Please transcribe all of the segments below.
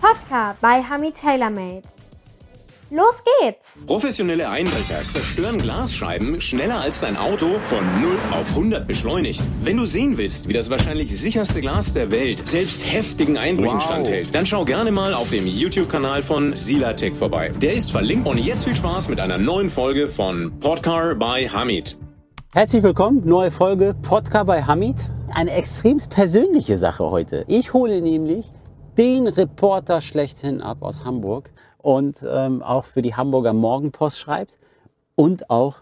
Podcast bei Hami TaylorMade. Los geht's! Professionelle Einbrecher zerstören Glasscheiben schneller als dein Auto von 0 auf 100 beschleunigt. Wenn du sehen willst, wie das wahrscheinlich sicherste Glas der Welt selbst heftigen Einbrüchen Wow. standhält, dann schau gerne mal auf dem YouTube-Kanal von Silatech vorbei. Der ist verlinkt und jetzt viel Spaß mit einer neuen Folge von Podcar by Hamid. Herzlich willkommen, neue Folge Podcast bei Hamid. Eine extrem persönliche Sache heute. Ich hole nämlich den Reporter schlechthin ab aus Hamburg und ähm, auch für die Hamburger Morgenpost schreibt und auch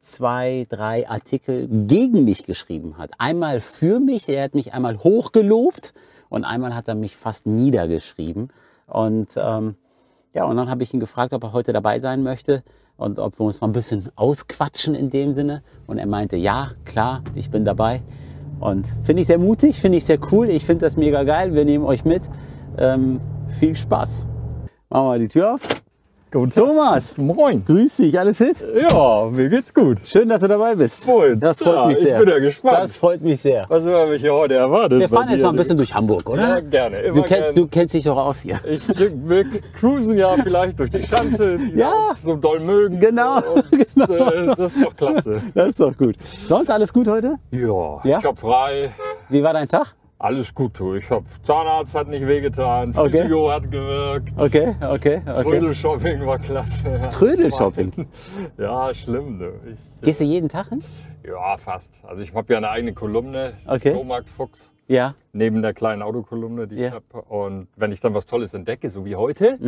zwei, drei Artikel gegen mich geschrieben hat. Einmal für mich, er hat mich einmal hochgelobt und einmal hat er mich fast niedergeschrieben. Und ähm, ja, und dann habe ich ihn gefragt, ob er heute dabei sein möchte und ob wir uns mal ein bisschen ausquatschen in dem Sinne. Und er meinte, ja, klar, ich bin dabei. Und finde ich sehr mutig, finde ich sehr cool, ich finde das mega geil, wir nehmen euch mit. Ähm, viel Spaß. Machen wir mal die Tür auf. Guten Thomas, Moin. grüß dich, alles fit? Ja, mir geht's gut. Schön, dass du dabei bist. Wohl. Das freut Ja, mich ich sehr. bin ja gespannt. Das freut mich sehr. Was haben wir hier heute erwartet? Wir fahren bei jetzt dir, mal ein bisschen durch Hamburg, oder? Ja, gerne, immer Du, kenn, gerne. du kennst dich doch aus hier. Ich, wir cruisen ja vielleicht durch die Schanze, die Ja. das so doll mögen. Genau, Und, Äh, das ist doch klasse. Das ist doch gut. Sonst alles gut heute? Ja, Ja? ich hab frei. Wie war dein Tag? Alles gut, du. Ich hab Zahnarzt hat nicht wehgetan, Okay. Physio hat gewirkt. Okay, okay, okay. Trödelshopping war klasse. Trödelshopping? Ja, schlimm, du. Ich, Gehst du jeden Tag hin? ja, fast. Also ich habe ja eine eigene Kolumne, Okay. Flohmarktfuchs. Ja. neben der kleinen Autokolumne, die Ja. Mhm. ich habe. Und wenn ich dann was Tolles entdecke, so wie heute,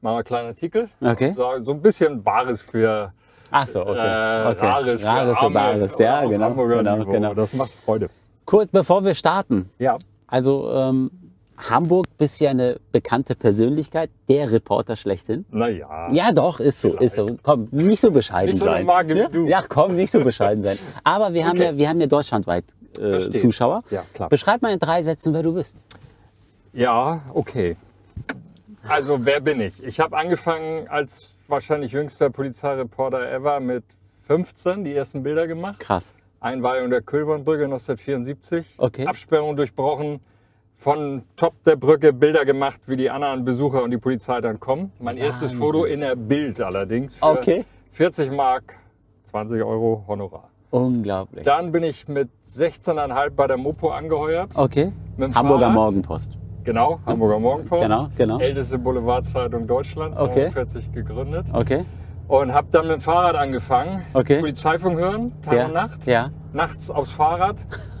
mache einen kleinen Artikel. Okay. So, so ein bisschen Wahres für Ach so, okay. äh, okay. Rares, für Rares für Arme Bares. Ja, auf genau. Hamburger genau, Niveau. genau. Das macht Freude. Kurz bevor wir starten. Ja. Also, ähm, Hamburg bist ja eine bekannte Persönlichkeit, der Reporter schlechthin. Naja. Ja, doch, ist so, ist so. Komm, nicht so bescheiden Nicht so sein. eine ne? Marke wie du. Ja, komm, nicht so bescheiden sein. Aber wir haben Okay. ja, wir haben ja deutschlandweit äh, Verstehe. Zuschauer. Ja, klar. Beschreib mal in drei Sätzen, wer du bist. Ja, okay. Also wer bin ich? Ich habe angefangen als wahrscheinlich jüngster Polizeireporter ever mit 15 die ersten Bilder gemacht. Krass. Einweihung der Kühlbahnbrücke 1974. Okay. Absperrung durchbrochen. Von Top der Brücke Bilder gemacht, wie die anderen Besucher und die Polizei dann kommen. Mein erstes Foto in der Bild allerdings. Für Okay. 40 Mark, 20 Euro Honorar. Unglaublich. Dann bin ich mit 16,5 bei der Mopo angeheuert. Okay. Mit dem Hamburger Fahrrad. Morgenpost. Genau, Hamburger Morgenpost. Genau, genau. Älteste Boulevardzeitung Deutschlands, Okay. 1940 gegründet. Okay. Und habe dann mit dem Fahrrad angefangen. Okay. Polizeifunk hören, Tag Ja, und Nacht. ja. Nachts aufs Fahrrad.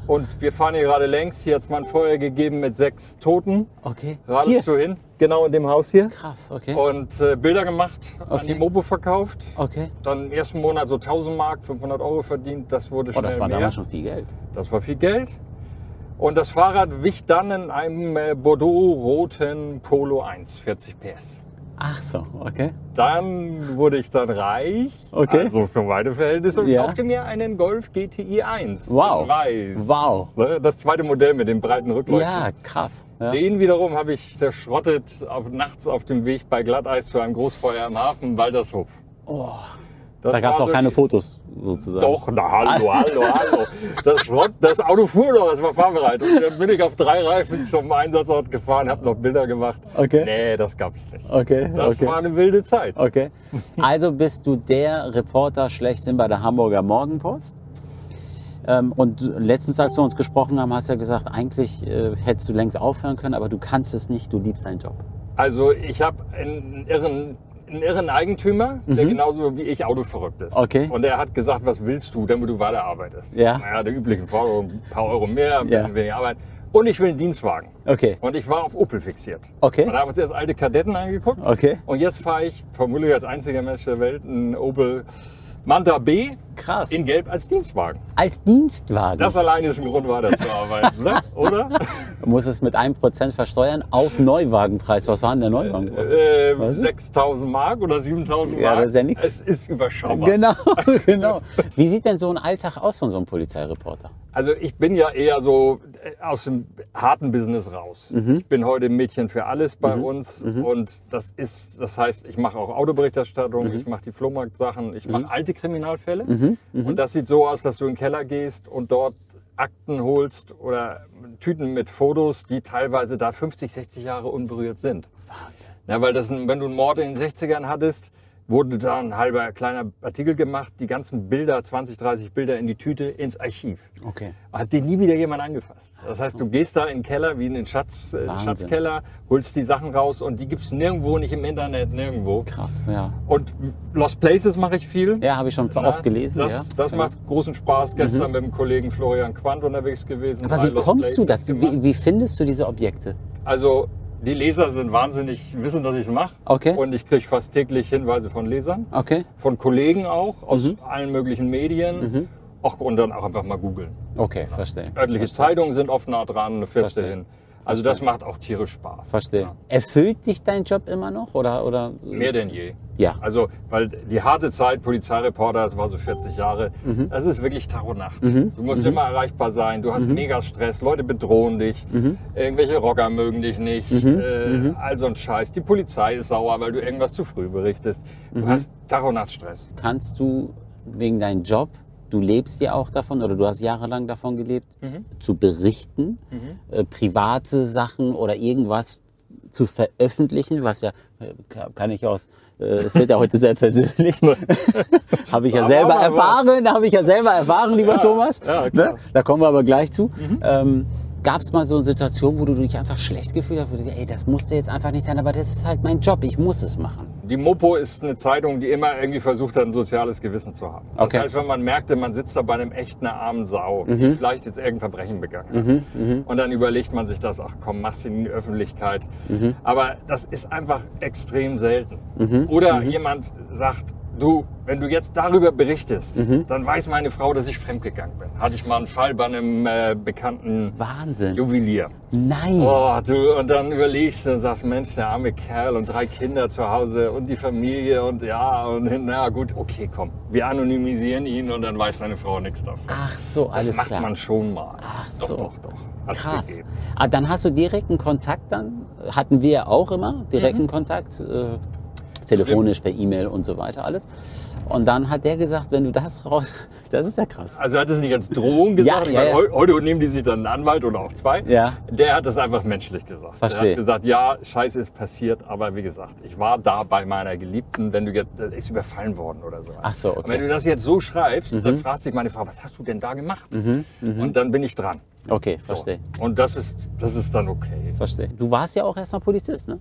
Und wir fahren hier gerade längs. Hier hat's mal ein Feuer gegeben mit sechs Toten. Okay. Radelst du hin? Genau in dem Haus hier. Krass, okay. Und äh, Bilder gemacht, an Okay. die Mopo verkauft. Okay. Dann im ersten Monat so 1000 Mark, 500 Euro verdient. Das wurde Oh, schnell das war mehr. damals schon viel Geld. Das war viel Geld. Und das Fahrrad wich dann in einem äh, Bordeaux-roten Polo 1, 40 PS. Ach so, okay. Dann wurde ich dann reich, Okay. also für meine Verhältnisse, und Ja. kaufte mir einen Golf GTI 1. Wow. in Weiß. Wow. Ne, Das zweite Modell mit dem breiten Rückleuchten. Ja, krass. Ja. Den wiederum habe ich zerschrottet auf, nachts auf dem Weg bei Glatteis zu einem Großfeuer im Hafen Waldershof. Oh, Das da gab es war auch so keine die- Fotos sozusagen. Doch, na hallo, hallo, hallo. Das, Schrott, das Auto fuhr noch, das war fahrbereit. Und dann bin ich auf drei Reifen zum Einsatzort gefahren, habe noch Bilder gemacht. Okay. Nee, das gab's nicht. Okay, Das okay. war eine wilde Zeit. Okay. Also bist du der Reporter schlechthin bei der Hamburger Morgenpost. Ähm, und letztens, als wir uns gesprochen haben, hast du ja gesagt, eigentlich äh, hättest du längst aufhören können, aber du kannst es nicht, du liebst deinen Job. Also ich habe einen irren, einen irren Eigentümer, der genauso wie ich autoverrückt ist. Mhm. Okay. Und er hat gesagt, was willst du, damit du weiterarbeitest? Ja. Naja, der üblichen Forderung, ein paar Euro mehr, ein Ja. bisschen weniger Arbeit. Und ich will einen Dienstwagen. Okay. Und ich war auf Opel fixiert. Okay. Und da haben wir uns erst alte Kadetten angeguckt. Okay. Und jetzt fahre ich vermutlich als einziger Mensch der Welt einen Opel Manta B Krass. in Gelb als Dienstwagen. Als Dienstwagen Das alleine ist ein Grund, weiterzuarbeiten, ne? oder? muss es mit einem Prozent versteuern auf Neuwagenpreis. Was war denn der Neuwagenpreis? Ähm, Was ist? 6000 Mark oder 7000 Mark. Ja, das ist ja nix. Es ist überschaubar. Genau, genau. Wie sieht denn so ein Alltag aus von so einem Polizeireporter? Also ich bin ja eher so äh, aus dem harten Business raus. Mhm. Ich bin heute Mädchen für alles bei uns und das ist, das heißt, ich mache auch Autoberichterstattung, Mhm. ich mache die Mhm. Flohmarktsachen, ich mache alte Kriminalfälle und das sieht so aus, dass du in den Keller gehst und dort Akten holst oder Tüten mit Fotos, die teilweise da 50, 60 Jahre unberührt sind. Wahnsinn. Na, weil das, ein- wenn du einen Mord in den 60ern hattest, wurde da ein halber kleiner Artikel gemacht, die ganzen Bilder, 20, 30 Bilder in die Tüte, ins Archiv. Okay. Hat die nie wieder jemand angefasst. Das heißt, du gehst da in den Keller, wie in den Schatz, äh, Wahnsinn. Schatzkeller, holst die Sachen raus und die gibt es nirgendwo, nicht im Internet, nirgendwo. Krass, ja. Und Lost Places mache ich viel. Ja, habe ich schon Na, oft gelesen. Das, ja. Mhm. das macht großen Spaß. Gestern mit dem Kollegen Florian Quandt unterwegs gewesen. Aber mal wie Lost kommst du Places dazu? gemacht. Wie, wie findest du diese Objekte? Also die Leser sind wahnsinnig, wissen, dass ich es mache. Okay. Und ich kriege fast täglich Hinweise von Lesern, Okay, von Kollegen auch, aus Mhm. allen möglichen Medien. Auch, und dann auch einfach mal googeln. okay, verstehe. Örtliche Zeitungen sind oft nah dran, eine Feste Verstehe. hin. Also das macht auch tierisch Spaß. Verstehe. Ja. Erfüllt dich dein Job immer noch? Oder, oder? Mehr denn je. Ja. Also, weil die harte Zeit, Polizeireporter, das war so 40 Jahre, das ist wirklich Tag und Nacht. Du musst immer erreichbar sein, du hast mega Stress, Leute bedrohen dich, irgendwelche Rocker mögen dich nicht, äh, all so ein Scheiß. Die Polizei ist sauer, weil du irgendwas zu früh berichtest. Du hast Tag und Nacht Stress. Kannst du wegen deinem Job, du lebst ja auch davon oder du hast jahrelang davon gelebt, Mhm. zu berichten, äh, private Sachen oder irgendwas zu veröffentlichen, was ja, äh, ka- kann ich aus, äh, es wird ja heute sehr persönlich, habe ich ja Da selber war mal was. erfahren, habe ich ja selber erfahren, lieber Ja, Thomas, ja, klar. ne? Mhm. da kommen wir aber gleich zu. Ähm, Gab es mal so eine Situation, wo du dich einfach schlecht gefühlt hast, wo du denkst, ey, das musste jetzt einfach nicht sein, aber das ist halt mein Job, ich muss es machen. Die Mopo ist eine Zeitung, die immer irgendwie versucht hat, ein soziales Gewissen zu haben. Das Okay. heißt, wenn man merkte, man sitzt da bei einem echten armen Sau, die vielleicht jetzt irgendein Verbrechen begangen hat. Und dann überlegt man sich das, ach komm, machst du in die Öffentlichkeit. Aber das ist einfach extrem selten. Oder jemand sagt, du, wenn du jetzt darüber berichtest, dann weiß meine Frau, dass ich fremdgegangen bin. Hatte ich mal einen Fall bei einem äh, bekannten Wahnsinn. Juwelier. Nein. Oh, du, und dann überlegst du und sagst, Mensch, der arme Kerl und drei Kinder zu Hause und die Familie und ja, und na gut, okay, komm. Wir anonymisieren ihn und dann weiß seine Frau nichts davon. Ach so, Das alles macht klar. man schon mal. Ach doch, so. Doch, doch, Hat's Krass. gegeben. Ah, dann hast du direkten Kontakt dann? Hatten wir ja auch immer direkten Kontakt, äh, telefonisch, per E-Mail und so weiter alles. Und dann hat der gesagt, wenn du das raus... Das ist ja krass. Also er hat es nicht als Drohung gesagt. Ja, ich ja, meine, ja. heu- Heute nehmen die sich dann einen Anwalt oder auch zwei. Ja. Der hat das einfach menschlich gesagt. Verstehe. Der hat gesagt, ja, scheiße ist passiert, aber wie gesagt, ich war da bei meiner Geliebten, wenn du jetzt, das ist überfallen worden oder so. Ach so, Und wenn okay. Mhm. du das jetzt so schreibst, dann fragt sich meine Frau, was hast du denn da gemacht? Und dann bin ich dran. Okay, So. verstehe. Und das ist, das ist dann okay. Verstehe. Du warst ja auch erstmal Polizist, ne?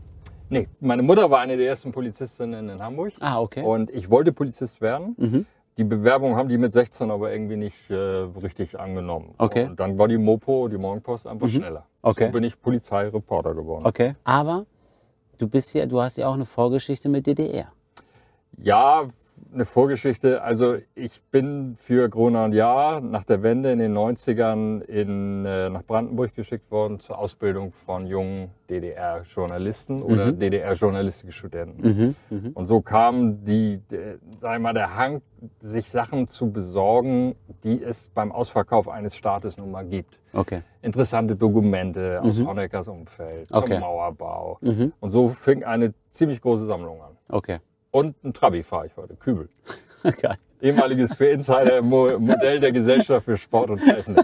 Nee, meine Mutter war eine der ersten Polizistinnen in Hamburg. Ah, okay. Mhm. Und ich wollte Polizist werden. Die Bewerbung haben die mit 16 aber irgendwie nicht äh, richtig angenommen. Okay. Mhm. Und dann war die Mopo, die Morgenpost einfach schneller. Okay. So bin ich Polizeireporter geworden. Okay. Aber du bist ja, du hast ja auch eine Vorgeschichte mit DDR. Ja, eine Vorgeschichte. Also ich bin für Gronau Jahr nach der Wende in den 90ern in, äh, nach Brandenburg geschickt worden zur Ausbildung von jungen DDR-Journalisten oder DDR-journalistischen Studenten. Und so kam die, äh, sag ich mal, der Hang, sich Sachen zu besorgen, die es beim Ausverkauf eines Staates nun mal gibt Okay. interessante Dokumente aus Honeckers Umfeld, Okay. zum Mauerbau. Und so fing eine ziemlich große Sammlung an. Okay. Und ein Trabi fahre ich heute, Kübel. Geil. Ehemaliges für Insider Mo- Modell der Gesellschaft für Sport und Technik.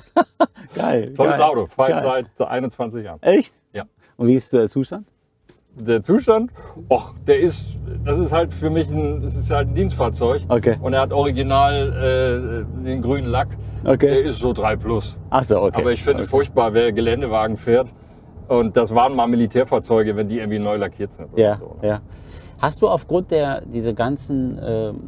Geil. Tolles geil. Auto, halt fahre ich Geil. seit 21 Jahren. Echt? Ja. Und wie ist der Zustand? Der Zustand, och, der ist, das ist halt für mich ein, das ist halt ein Dienstfahrzeug. Okay. Und er hat original äh, den grünen Lack. Okay. Der ist so 3 plus. Ach so, okay. Aber ich finde furchtbar, wer Geländewagen fährt. Und das waren mal Militärfahrzeuge, wenn die irgendwie neu lackiert sind. oder Ja, so, ne? ja. Hast du aufgrund der diese ganzen ähm,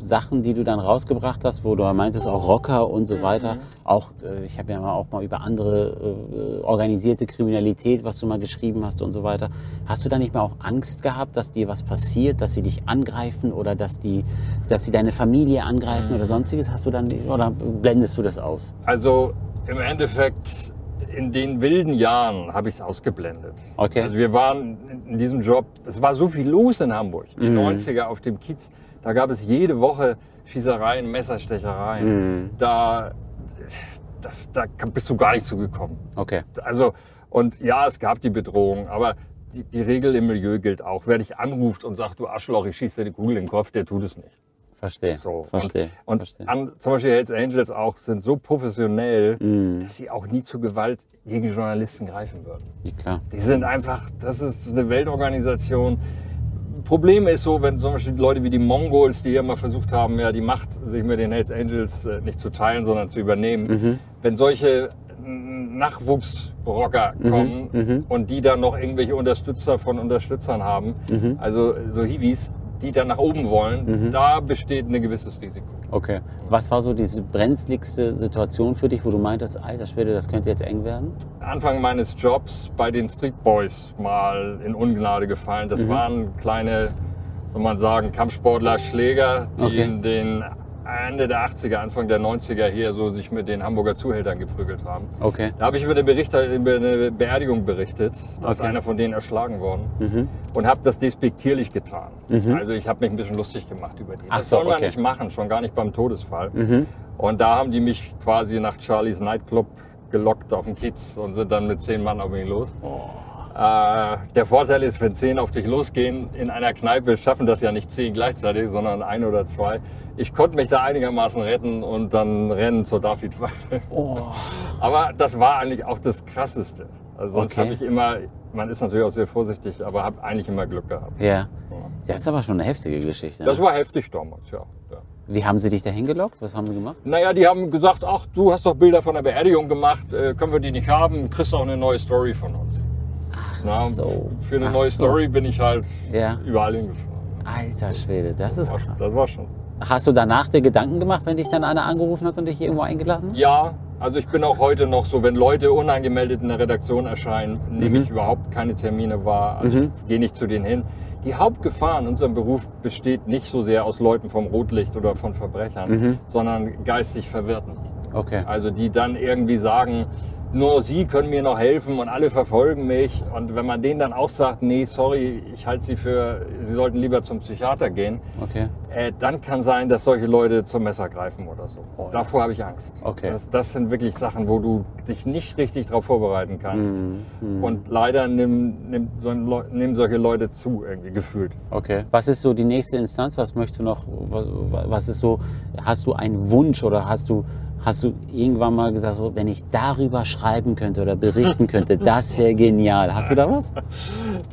Sachen, die du dann rausgebracht hast, wo du meintest auch Rocker und so Mhm. weiter, auch äh, ich habe ja mal auch mal über andere äh, organisierte Kriminalität, was du mal geschrieben hast und so weiter, hast du da nicht mal auch Angst gehabt, dass dir was passiert, dass sie dich angreifen oder dass die, dass sie deine Familie angreifen Mhm. oder sonstiges? Hast du dann oder blendest du das aus? Also im Endeffekt, in den wilden Jahren habe ich es ausgeblendet. Okay. Also wir waren in diesem Job, es war so viel los in Hamburg, die 90er auf dem Kiez. Da gab es jede Woche Schießereien, Messerstechereien. Da, das, da bist du gar nicht zugekommen. Okay. Also, und ja, es gab die Bedrohung, aber die, die Regel im Milieu gilt auch. Wer dich anruft und sagt, du Arschloch, ich schieße dir die Kugel in den Kopf, der tut es nicht. Verstehe. So. Verstehe. Und, und verstehe. An, zum Beispiel Hells Angels auch sind so professionell, Mhm. dass sie auch nie zu Gewalt gegen Journalisten greifen würden. Ja, klar. Die sind einfach, das ist eine Weltorganisation. Problem ist so, wenn zum Beispiel Leute wie die Mongols, die hier mal versucht haben, ja, die Macht sich mit den Hells Angels äh, nicht zu teilen, sondern zu übernehmen, wenn solche mm, Nachwuchsrocker kommen und die dann noch irgendwelche Unterstützer von Unterstützern haben, also so Hiwis, die dann nach oben wollen, da besteht ein gewisses Risiko. Okay. Was war so diese brenzligste Situation für dich, wo du meintest, alter Schwede, das könnte jetzt eng werden? Anfang meines Jobs bei den Street Boys mal in Ungnade gefallen. Das waren kleine, soll man sagen, Kampfsportler, Schläger, die Okay. in den Ende der 80er, Anfang der 90er hier so sich mit den Hamburger Zuhältern geprügelt haben. Okay. Da habe ich über eine, Bericht, äh, über eine Beerdigung berichtet. Da ist Okay. Mhm. einer von denen erschlagen worden. Und habe das despektierlich getan. Also ich habe mich ein bisschen lustig gemacht über die. Ach das so, soll man okay. Mhm. nicht machen, schon gar nicht beim Todesfall. Und da haben die mich quasi nach Charlies Nightclub gelockt auf den Kiez und sind dann mit zehn Mann auf mich los. Äh, der Vorteil ist, wenn zehn auf dich losgehen in einer Kneipe, schaffen das ja nicht zehn gleichzeitig, sondern ein oder zwei. Ich konnte mich da einigermaßen retten und dann rennen zur david Oh. Aber das war eigentlich auch das Krasseste. Also sonst Okay. habe ich immer, man ist natürlich auch sehr vorsichtig, aber habe eigentlich immer Glück gehabt. Ja. Das ist aber schon eine heftige Geschichte. Das Ne? war heftig damals, ja. ja. Wie haben sie dich dahin gelockt? Was haben sie gemacht? Naja, die haben gesagt, ach, du hast doch Bilder von der Beerdigung gemacht, äh, können wir die nicht haben, kriegst auch eine neue Story von uns. Ach so. Für eine Ach neue so. Story bin ich halt Ja. überall hingefahren. Alter Schwede, das ist krass. Das war schon. Hast du danach dir Gedanken gemacht, wenn dich dann einer angerufen hat und dich hier irgendwo eingeladen hat? Ja, also ich bin auch heute noch so, wenn Leute unangemeldet in der Redaktion erscheinen, nehme ich überhaupt keine Termine wahr. Also ich gehe nicht zu denen hin. Die Hauptgefahr in unserem Beruf besteht nicht so sehr aus Leuten vom Rotlicht oder von Verbrechern, sondern geistig Verwirrten. Okay. Also die dann irgendwie sagen, nur sie können mir noch helfen und alle verfolgen mich. Und wenn man denen dann auch sagt, nee, sorry, ich halte sie für, sie sollten lieber zum Psychiater gehen, Okay. äh, dann kann sein, dass solche Leute zum Messer greifen oder so. Davor habe ich Angst. Okay. Das, das sind wirklich Sachen, wo du dich nicht richtig darauf vorbereiten kannst. Und leider nehmen, nehmen, so, Leu- nehmen solche Leute zu, irgendwie gefühlt. Okay. Was ist so die nächste Instanz? Was möchtest du noch? Was, was ist so? Hast du einen Wunsch oder hast du hast du irgendwann mal gesagt, so, wenn ich darüber schreiben könnte oder berichten könnte, das wäre genial. Hast du da was?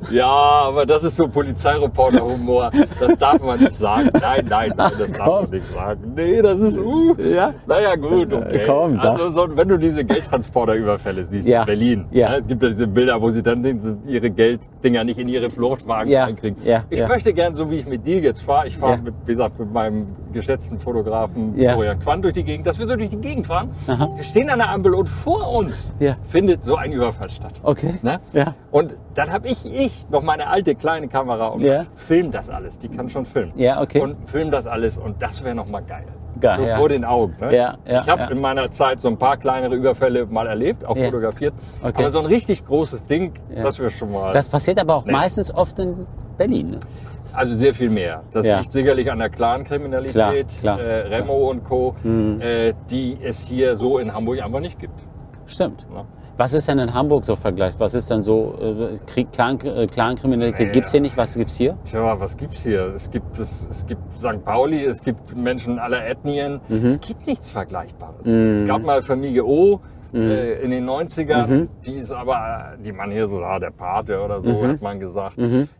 Ja, aber das ist so Polizeireporter-Humor. Das darf man nicht sagen. Nein, nein, nein, das darf man nicht sagen. Nee, das ist, uh, Ja. Äh, naja, gut, okay. Komm, sag. also, so, wenn du diese Geldtransporterüberfälle siehst Ja. in Berlin, Ja. ne, es gibt ja diese Bilder, wo sie dann den- sie ihre Gelddinger nicht in ihre Fluchtwagen Ja. reinkriegen. Ja, Ich ja. möchte gern, so wie ich mit dir jetzt fahre, ich fahre, Ja. mit, wie gesagt, mit meinem geschätzten Fotografen Ja. Florian Quandt durch die Gegend, dass wir so durch die Gegend fahren. Wir stehen an der Ampel und vor uns Ja. findet so ein Überfall statt. Okay. Ne? Ja. Und dann habe ich, ich noch meine alte kleine Kamera und Ja. film das alles. Die kann schon filmen. Ja, okay. Und film das alles und das wäre nochmal geil. Geil, so ja. vor den Augen. Ne? Ja, ja, ich habe ja. in meiner Zeit so ein paar kleinere Überfälle mal erlebt, auch Ja. fotografiert. Okay. Aber so ein richtig großes Ding, Ja. das wir schon mal. Das passiert aber auch meistens oft in Berlin. Ne? also sehr viel mehr. Das Ja. liegt sicherlich an der Clan-Kriminalität, Klar, Mhm. klar, äh, Remo und Co., äh, die es hier so in Hamburg einfach nicht gibt. Stimmt. Ja. Was ist denn in Hamburg so vergleicht? Was ist denn so äh, Krieg, Clan, äh, Clankriminalität? Naja. Gibt's hier nicht? Was gibt's hier? Tja, was gibt's hier? Es gibt, es, es gibt St. Pauli, es gibt Menschen aller Ethnien. Es gibt nichts Vergleichbares. Es gab mal Familie O äh, in den 90ern, die ist aber, die man hier so, ah, der Pate oder so, hat man gesagt.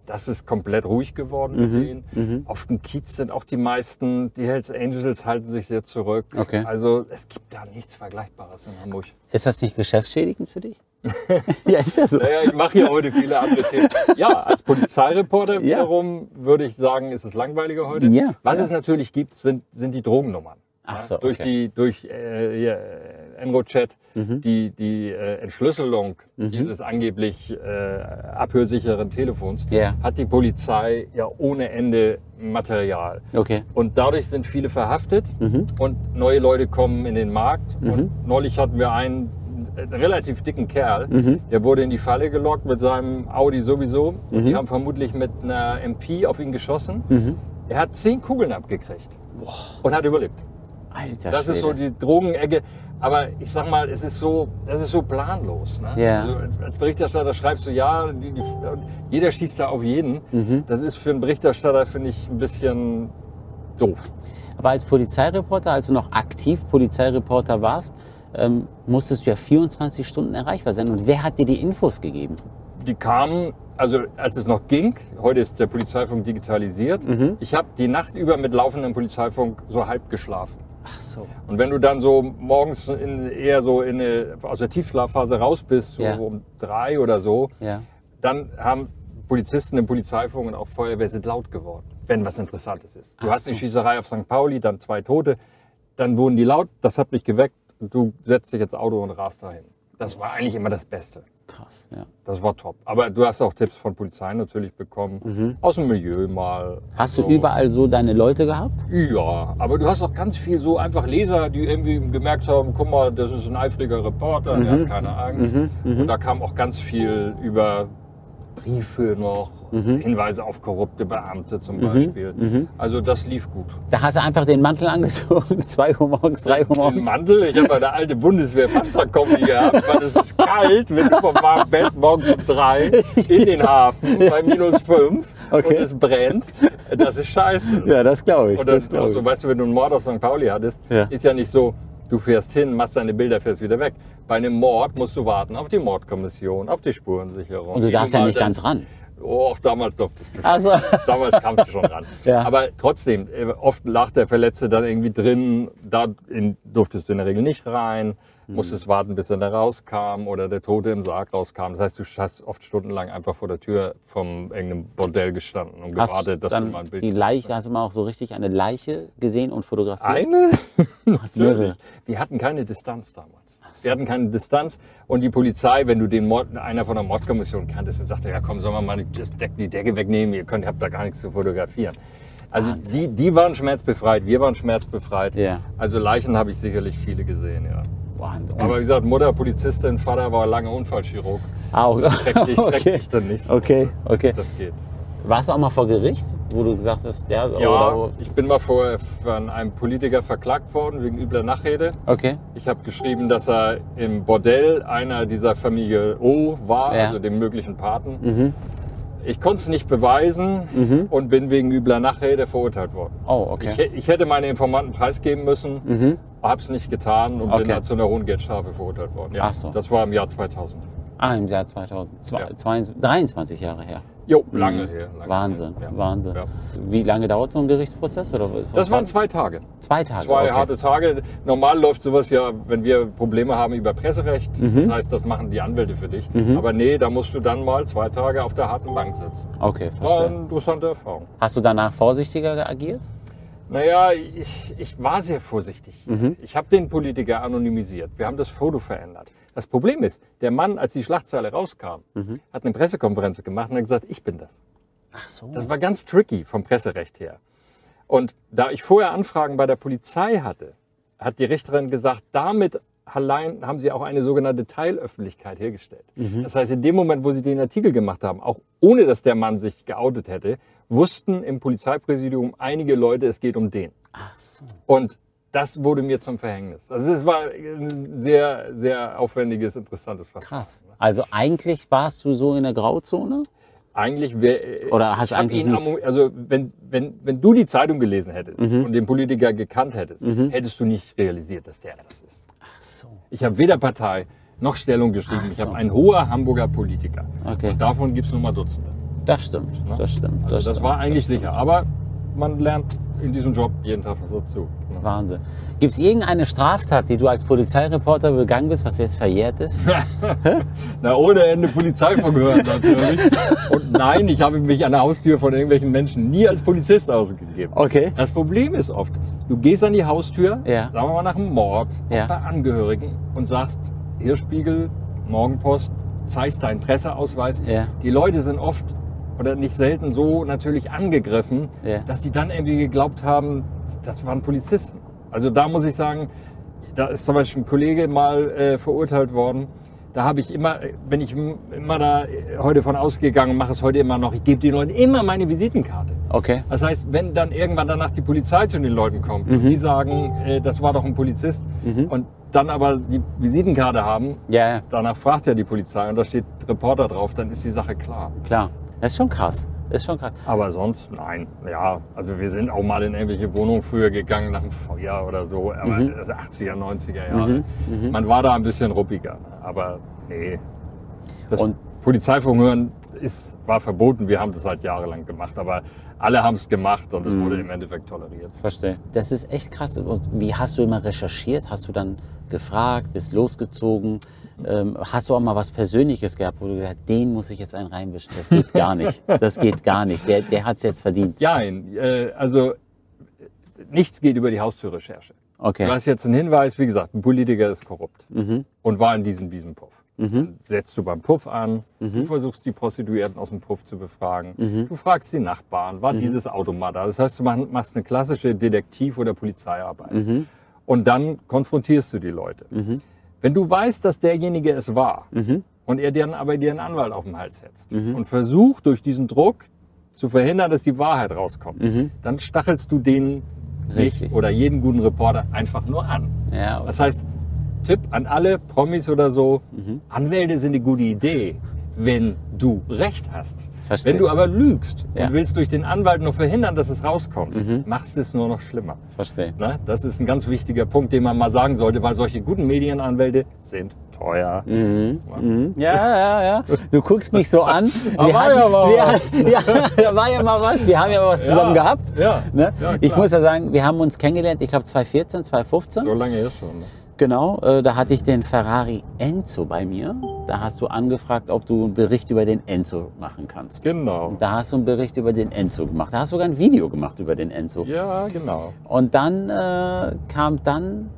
Das ist komplett ruhig geworden mit denen. Auf dem Kiez sind auch die meisten, die Hells Angels halten sich sehr zurück. Okay. Also es gibt da nichts Vergleichbares in Hamburg. Ist das nicht geschäftsschädigend für dich? ja, ist das so. Naja, ich mache hier heute viele andere Themen. Ja, als Polizeireporter Ja. wiederum würde ich sagen, ist es langweiliger heute. Ja, Was ja. es natürlich gibt, sind, sind die Drogennummern. Ach so, Ja, durch okay. Mhm. die durch äh, hier, äh, Enrochat, die, die äh, Entschlüsselung dieses angeblich äh, abhörsicheren Telefons, Ja. hat die Polizei ja ohne Ende Material. Okay. Mhm. Und dadurch sind viele verhaftet und neue Leute kommen in den Markt. Und neulich hatten wir einen äh, relativ dicken Kerl, Mhm. der wurde in die Falle gelockt mit seinem Audi sowieso. Mhm. Und die haben vermutlich mit einer MP auf ihn geschossen. Er hat zehn Kugeln abgekriegt und hat überlebt. Alter Das ist so Schwede. die Drogenecke. Aber ich sag mal, es ist so, das ist so planlos. Ne? Ja. Also als Berichterstatter schreibst du ja, die, die, Mhm. und jeder schießt da auf jeden. Das ist für einen Berichterstatter, finde ich, ein bisschen doof. Aber als Polizeireporter, als du noch aktiv Polizeireporter warst, ähm, musstest du ja 24 Stunden erreichbar sein. Und wer hat dir die Infos gegeben? Die kamen, also als es noch ging, heute ist der Polizeifunk digitalisiert. Mhm. Ich habe die Nacht über mit laufendem Polizeifunk so halb geschlafen. Ach so. Und wenn du dann so morgens in, eher so in eine, aus der Tiefschlafphase raus bist, so Ja. um drei oder so, Ja. dann haben Polizisten im Polizeifunk und auch Feuerwehr sind laut geworden, wenn was Interessantes ist. Du Ach hast eine so. Schießerei auf St. Pauli, dann zwei Tote, dann wurden die laut, das hat mich geweckt, du setzt dich ins Auto und rast dahin. Das war eigentlich immer das Beste. Krass, ja. Das war top. Aber du hast auch Tipps von Polizei natürlich bekommen, aus dem Milieu mal. Mhm. Hast du So. überall so deine Leute gehabt? Ja, aber du hast auch ganz viel so einfach Leser, die irgendwie gemerkt haben, guck mal, das ist ein eifriger Reporter, der Mhm. hat keine Angst. Und da kam auch ganz viel über Briefe noch, Mhm. Hinweise auf korrupte Beamte zum Beispiel. Also das lief gut. Da hast du einfach den Mantel angezogen, 2 Uhr morgens, 3 Uhr Den morgens. Mantel, ich habe eine alte Bundeswehr-Panzerkombi gehabt, weil es ist kalt, wenn du vom warmen Bett morgens um drei in den Hafen bei minus fünf Okay. und es brennt. Das ist scheiße. Ja, das glaube ich. Oder Das auch glaub so, ich. weißt du, wenn du einen Mord auf St. Pauli hattest, Ja. ist ja nicht so, du fährst hin, machst deine Bilder, fährst wieder weg. Bei einem Mord musst du warten auf die Mordkommission, auf die Spurensicherung. Und du darfst ja Eben nicht war ganz ran. Oh, auch damals durftest du. Also, Damals kamst du schon ran. Ja. Aber trotzdem, äh, oft lag der Verletzte dann irgendwie drin, da in, durftest du in der Regel nicht rein, Mhm. musstest warten, bis er da rauskam oder der Tote im Sarg rauskam. Das heißt, du hast oft stundenlang einfach vor der Tür vom irgendeinem Bordell gestanden und hast gewartet, dass du dann mal ein Bild die Leiche, hast du mal auch so richtig eine Leiche gesehen und fotografiert? Eine? mehrere. Natürlich. Wir hatten keine Distanz damals. Wir hatten keine Distanz und die Polizei, wenn du den Mord, einer von der Mordkommission kanntest, dann sagte, ja komm, sollen wir mal die Deck- die Decke wegnehmen, ihr könnt, habt da gar nichts zu fotografieren. Also die, die waren schmerzbefreit, wir waren schmerzbefreit. Ja. Also Leichen habe ich sicherlich viele gesehen, ja. Wahnsinn. Aber wie gesagt, Mutter Polizistin, Vater war lange Unfallchirurg. Auch. Schreck dich, schreck Okay. dich dann nicht. Okay, okay. Das geht. Warst du auch mal vor Gericht, wo du gesagt hast, ja, Ja, oder, ich bin mal vor, von einem Politiker verklagt worden wegen übler Nachrede. okay, Ich habe geschrieben, dass er im Bordell einer dieser Familie O war, Ja. Mhm. also dem möglichen Paten. Ich konnte es nicht beweisen und bin wegen übler Nachrede verurteilt worden. oh, okay. Ich, hä- ich hätte meine Informanten preisgeben müssen, habe es nicht getan und Mhm. Okay. bin dann zu einer hohen Geldstrafe verurteilt worden. Ja, Ach so. Das war im Jahr 2000. Ah, im Jahr 2000, zwei, Ja. 22, 23 Jahre her. Jo, lange her. Lange Mhm. Wahnsinn, her. Ja. Wahnsinn. Ja. Wie lange dauert so ein Gerichtsprozess? Oder was- Das waren zwei Tage. zwei Tage. Zwei okay. harte Tage. Normal läuft sowas ja, wenn wir Probleme haben über Presserecht. Das heißt, das machen die Anwälte für dich. Aber nee, da musst du dann mal zwei Tage auf der harten Bank sitzen. Okay, War verstehe. eine interessante Erfahrung. Hast du danach vorsichtiger agiert? Naja, ich, ich war sehr vorsichtig. Ich habe den Politiker anonymisiert. Wir haben das Foto verändert. Das Problem ist, der Mann, als die Schlagzeile rauskam, hat eine Pressekonferenz gemacht und hat gesagt, ich bin das. Ach so. Das war ganz tricky vom Presserecht her. Und da ich vorher Anfragen bei der Polizei hatte, hat die Richterin gesagt, damit allein haben sie auch eine sogenannte Teilöffentlichkeit hergestellt. Mhm. Das heißt, in dem Moment, wo sie den Artikel gemacht haben, auch ohne dass der Mann sich geoutet hätte, wussten im Polizeipräsidium einige Leute, es geht um den. Ach so. Und das wurde mir zum Verhängnis. Also es war ein sehr, sehr aufwendiges, interessantes Verfahren. Krass. Also eigentlich warst du so in der Grauzone? Eigentlich wär, Oder hast ich hab eigentlich ihn nicht- ammo- also wenn, wenn, wenn du die Zeitung gelesen hättest Mhm. und den Politiker gekannt hättest, hättest du nicht realisiert, dass der das ist. Ach so. Ich habe weder Partei noch Stellung geschrieben. Ach Ich so. habe ein hoher Hamburger Politiker. Okay. Und davon gibt es nur mal Dutzende. Das stimmt, das stimmt. Also das, stimmt. war eigentlich sicher. Aber man lernt in diesem Job jeden Tag was dazu. Ne? Wahnsinn. Gibt es irgendeine Straftat, die du als Polizeireporter begangen bist, was jetzt verjährt ist? Na, ohne Ende Polizeiverhör natürlich. Und nein, ich habe mich an der Haustür von irgendwelchen Menschen nie als Polizist ausgegeben. Okay. Das Problem ist oft, du gehst an die Haustür, Ja. sagen wir mal nach einem Mord, Ja. auch bei Angehörigen und sagst, hier Spiegel, Morgenpost, zeigst deinen Presseausweis. Ja. Die Leute sind oft oder nicht selten so natürlich angegriffen, Ja. dass sie dann irgendwie geglaubt haben, das waren Polizisten. Also da muss ich sagen, da ist zum Beispiel ein Kollege mal äh, verurteilt worden. Da habe ich immer, äh, bin ich m- immer da äh, heute von ausgegangen, mache es heute immer noch. Ich gebe den Leuten immer meine Visitenkarte. Okay. Das heißt, wenn dann irgendwann danach die Polizei zu den Leuten kommt Mhm. und die sagen, äh, das war doch ein Polizist und dann aber die Visitenkarte haben, Ja, ja, danach fragt ja die Polizei und da steht Reporter drauf, dann ist die Sache klar. klar. Das ist schon krass. Ist schon krass. Aber sonst, nein. Ja, also wir sind auch mal in irgendwelche Wohnungen früher gegangen nach dem Feuer oder so. Aber Mhm. das ist 80er, 90er Jahre. Man war da ein bisschen ruppiger. Aber nee. Das Und- Polizeifunk hören ist, war verboten. Wir haben das halt jahrelang gemacht. Aber alle haben es gemacht und es Mhm. wurde im Endeffekt toleriert. Verstehe. Das ist echt krass. Und wie hast du immer recherchiert? Hast du dann gefragt, bist losgezogen? Ähm, hast du auch mal was Persönliches gehabt, wo du gesagt hast, den muss ich jetzt einen reinwischen? Das geht gar nicht. Das geht gar nicht. Der, der hat es jetzt verdient. Ja, äh, also äh, nichts geht über die Haustürrecherche. Okay. Du hast jetzt einen Hinweis, wie gesagt, ein Politiker ist korrupt und war in diesem Wiesenpuff. Dann Setzt du beim Puff an, du versuchst die Prostituierten aus dem Puff zu befragen, du fragst die Nachbarn, war dieses Auto mal da? Das heißt, du mach- machst eine klassische Detektiv- oder Polizeiarbeit. Und dann konfrontierst du die Leute. Mhm. Wenn du weißt, dass derjenige es war und er dir dann aber dir einen Anwalt auf den Hals setzt Mhm. und versucht durch diesen Druck zu verhindern, dass die Wahrheit rauskommt, dann stachelst du den nicht Mhm. Richtig. oder jeden guten Reporter einfach nur an. Ja, Das heißt, Tipp an alle Promis oder so, Mhm. Anwälte sind eine gute Idee, wenn du recht hast. Verstehe. Wenn du aber lügst Ja. Mhm. und willst durch den Anwalt noch verhindern, dass es rauskommt, machst es nur noch schlimmer. verstehe. Ne? Das ist ein ganz wichtiger Punkt, den man mal sagen sollte, weil solche guten Medienanwälte sind teuer. Mhm. Ja, ja, ja. Du guckst mich so an. Da war ja mal wir, was. ja, da war ja mal was. Wir haben ja mal was zusammen Ja, gehabt. ja, ne? ja, ich klar. muss ja sagen, wir haben uns kennengelernt, ich glaube 2014, 2015. So lange ist schon. Ne? Genau, äh, da hatte ich den Ferrari Enzo bei mir. Da hast du angefragt, ob du einen Bericht über den Enzo machen kannst. Genau. Da hast du einen Bericht über den Enzo gemacht. Da hast du sogar ein Video gemacht über den Enzo. Ja, genau. Und dann äh, kam dann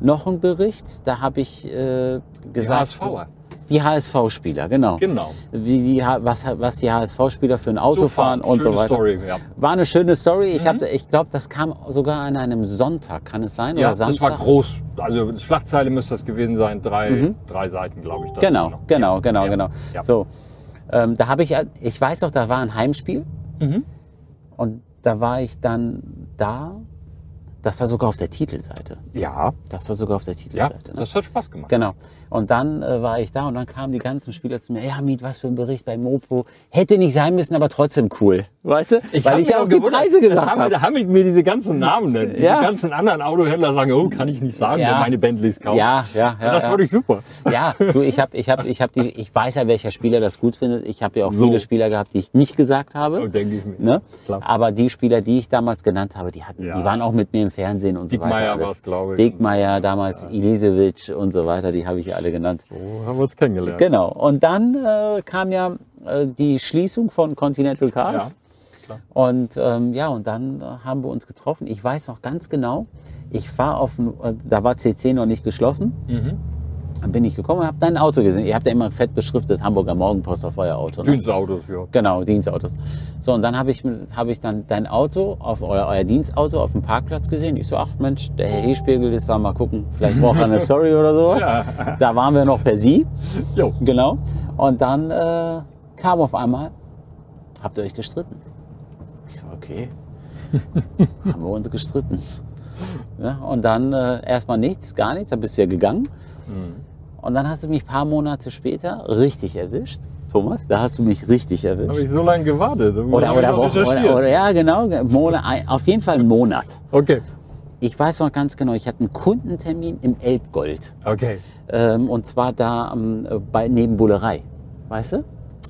noch ein Bericht. Da habe ich äh, gesagt, HSVer. die HSV-Spieler, genau. Genau. Wie die, H- was, was die HSV-Spieler für ein Auto So fahren. fahren und so Schöne weiter. Story, Mhm. ja. War eine schöne Story. Ich, hab- ich glaube, das kam sogar an einem Sonntag, kann es sein? Ja, Oder Samstag? das war groß. Also Schlagzeile müsste das gewesen sein. Drei, drei Seiten, glaube ich. dazu Mhm. Genau, noch. genau, genau, Ja. genau. Ja. So, ähm, da habe ich, äh, ich weiß noch, da war ein Heimspiel Mhm. und da war ich dann da. Das war sogar auf der Titelseite. Ja, Das war sogar auf der ja Titelseite. ne? das hat Spaß gemacht. Genau. Und dann äh, war ich da und dann kamen die ganzen Spieler zu mir. Ja, Miet, was für ein Bericht bei Mopo. Hätte nicht sein müssen, aber trotzdem cool. Weißt du? Weil hab ich mir ja auch auch die gewundert, Preise das gesagt haben wir- habe. Da haben mir diese ganzen Namen, ne? diese Ja. ganzen anderen Autohändler sagen, oh, kann ich nicht sagen, Ja. wer meine Bentleys kauft. Ja, ja, ja, Das ja. fand ich super. Ja, du, ich hab, ich hab, ich hab die, ich weiß ja, welcher Spieler das gut findet. Ich habe ja auch So. viele Spieler gehabt, die ich nicht gesagt habe. Oh, denke ich mir. Ne? Klar. Aber die Spieler, die ich damals genannt habe, die hatten, Ja. die waren auch mit mir im Fernsehen und so Diekmeyer weiter. alles. war's, glaube ich. Diekmeyer, damals Ilisevic und so weiter, die habe ich ja alle genannt. So Oh, haben wir uns kennengelernt. Genau. Und dann äh, kam ja äh, die Schließung von Continental Cars. Und ähm, ja, und dann äh, haben wir uns getroffen. Ich weiß noch ganz genau, ich war auf, dem- äh, da war CC noch nicht geschlossen. Dann bin ich gekommen und habe dein Auto gesehen. Ihr habt ja immer fett beschriftet, Hamburger Morgenpost auf euer Auto. Ne? Dünnsautos, ja. Genau, Dienstautos. So, und dann habe ich, mit- hab ich dann dein Auto, auf, oder euer Dienstauto auf dem Parkplatz gesehen. Ich so, ach Mensch, der Herr Rehspiegel ist da, mal gucken, vielleicht braucht er eine Story oder sowas. Da waren wir noch per Sie. Jo. Genau. Und dann äh, kam auf einmal, habt ihr euch gestritten? Ich so, okay. Haben wir uns gestritten. Ja, und dann äh, erstmal nichts, gar nichts, dann bist du ja gegangen. Mhm. Und dann hast du mich ein paar Monate später richtig erwischt. Thomas, da hast du mich richtig erwischt. Habe ich so lange gewartet. Dann Oder, hab ich oder noch Wochen. recherchiert. Oder, oder, ja, genau. Monat, ein- auf jeden Fall einen Monat. Okay. Ich weiß noch ganz genau, ich hatte einen Kundentermin im Elbgold. Okay. Ähm, und zwar da am- äh, bei, neben Bullerei. Weißt du?